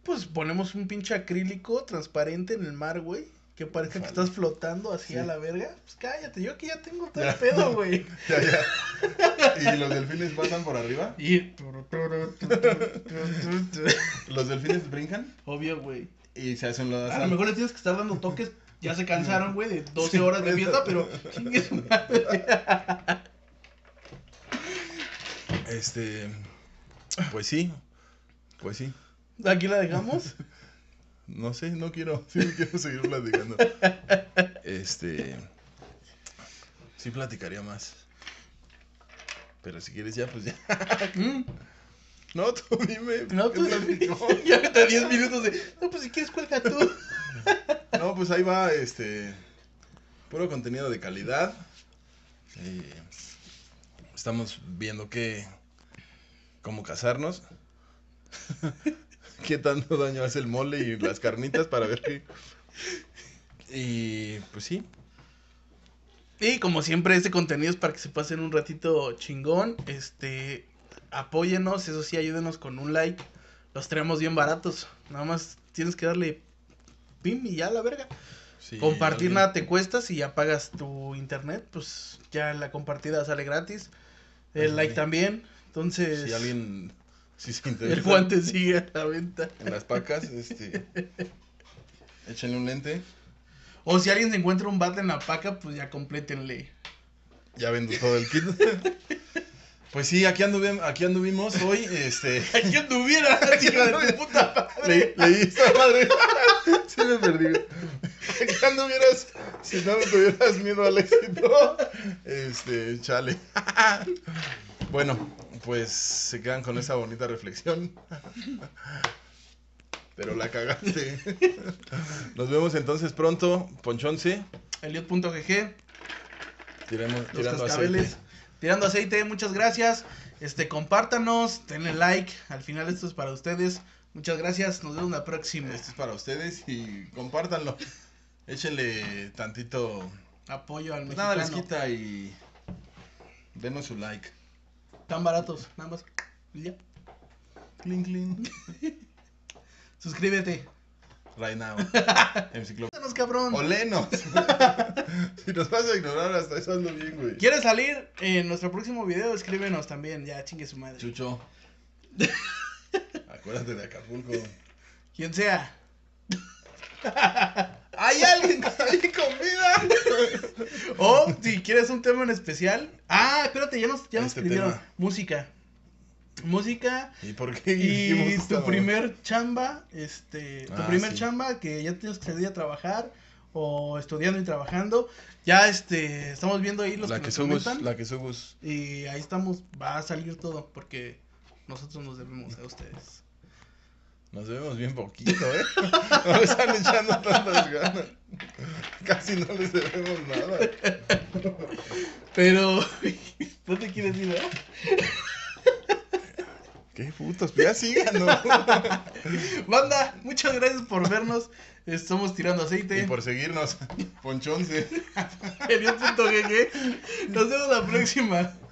Speaker 1: Pues ponemos un pinche acrílico transparente en el mar, güey. Que parezca que
Speaker 2: Ojalá.
Speaker 1: estás flotando así
Speaker 2: Sí.
Speaker 1: a la verga. Pues cállate, yo aquí ya tengo todo el
Speaker 2: Ya.
Speaker 1: pedo, güey.
Speaker 2: Ya, ya. ¿Y los delfines pasan por arriba?
Speaker 1: Y.
Speaker 2: ¿Los delfines brincan?
Speaker 1: Obvio, güey.
Speaker 2: Y se hacen lo de
Speaker 1: A lo mejor le tienes que estar dando toques. Ya se cansaron, güey, de 12 horas de fiesta, pero. chingue su madre.
Speaker 2: Este. Pues sí. Pues sí.
Speaker 1: Aquí la dejamos.
Speaker 2: No sé, no quiero. Sí, no quiero seguir platicando. Este. Sí, platicaría más. Pero si quieres ya, pues ya.
Speaker 1: Mm,
Speaker 2: No, tú dime.
Speaker 1: No,
Speaker 2: ¿qué
Speaker 1: tú.
Speaker 2: platicó?
Speaker 1: ya ahorita 10 minutos de. No, pues si quieres, cuelga tú.
Speaker 2: No, pues ahí va, este. Puro contenido de calidad. Eh, estamos viendo qué. cómo casarnos. qué tanto daño hace el mole y las carnitas para ver qué. Y pues sí.
Speaker 1: Y como siempre, este contenido es para que se pasen un ratito chingón. Este, apóyenos, eso sí, ayúdenos con un like. Los traemos bien baratos. Nada más tienes que darle pim y ya la verga.
Speaker 2: sí,
Speaker 1: Compartir
Speaker 2: alguien-
Speaker 1: nada te cuesta. Si ya pagas tu internet, pues ya la compartida sale gratis. El
Speaker 2: Ándale.
Speaker 1: like también. Entonces,
Speaker 2: Pues Si alguien. Si se
Speaker 1: el
Speaker 2: interesa
Speaker 1: guante sigue a la venta.
Speaker 2: en las pacas, este. Échenle un lente.
Speaker 1: O si alguien se encuentra un bat en la paca, pues ya complétenle.
Speaker 2: Ya vendo todo el kit. Pues sí, aquí, anduve- aquí anduvimos hoy, este...
Speaker 1: ¡Ay, yo tuviera! ¡Hijo de tu puta madre!
Speaker 2: Leí, leí esta madre. Sí me perdí. Aquí anduvieras, si no me tuvieras miedo al éxito, este, chale. Bueno, pues se quedan con esa bonita reflexión. Pero la cagaste. Nos vemos entonces pronto, Ponchonce.
Speaker 1: Eliot.gg
Speaker 2: Tiremos,
Speaker 1: los
Speaker 2: tirando
Speaker 1: cascabeles.
Speaker 2: aceite.
Speaker 1: Tirando aceite, muchas gracias. Este, compártanos, denle like. Al final esto es para ustedes. Muchas gracias, nos vemos la próxima.
Speaker 2: Este es para ustedes y compártanlo. Échenle tantito.
Speaker 1: Apoyo al
Speaker 2: Pues
Speaker 1: mexicano.
Speaker 2: nada, les quita y. Denos su like.
Speaker 1: Tan baratos, nada más. Y ya.
Speaker 2: Cling, cling.
Speaker 1: Suscríbete.
Speaker 2: Right now. Enciclo-
Speaker 1: Cuéntanos, cabrón.
Speaker 2: Olenos. si nos vas a ignorar, hasta eso ando bien, güey.
Speaker 1: ¿Quieres salir en nuestro próximo video? Escríbenos también, ya chingue su madre.
Speaker 2: Chucho. Acuérdate de Acapulco.
Speaker 1: Quien sea.
Speaker 2: ¡Hay alguien ahí con vida!
Speaker 1: O si quieres un tema en especial. Ah, espérate, ya nos, ya nos
Speaker 2: Este
Speaker 1: escribieron.
Speaker 2: tema.
Speaker 1: Música. Música.
Speaker 2: ¿Y por qué dijimos
Speaker 1: Y
Speaker 2: esta
Speaker 1: tu
Speaker 2: mamá?
Speaker 1: primer chamba, este, tu
Speaker 2: Ah,
Speaker 1: primer
Speaker 2: sí.
Speaker 1: chamba que ya tienes que salir a trabajar o estudiando y trabajando, ya este, estamos viendo ahí los
Speaker 2: La
Speaker 1: que,
Speaker 2: que
Speaker 1: nos
Speaker 2: somos.
Speaker 1: comentan,
Speaker 2: La que somos.
Speaker 1: y ahí estamos, va a salir todo porque nosotros nos debemos a ustedes.
Speaker 2: Nos vemos bien poquito, ¿eh? No le están echando tantas ganas. Casi no les debemos nada.
Speaker 1: Pero no te quieres ir, ¿verdad?
Speaker 2: Qué putos, pues ya sigan, ¿no?
Speaker 1: Banda, muchas gracias por vernos. Estamos tirando aceite.
Speaker 2: Y por seguirnos, ponchonce.
Speaker 1: en un punto GG. Nos vemos la próxima.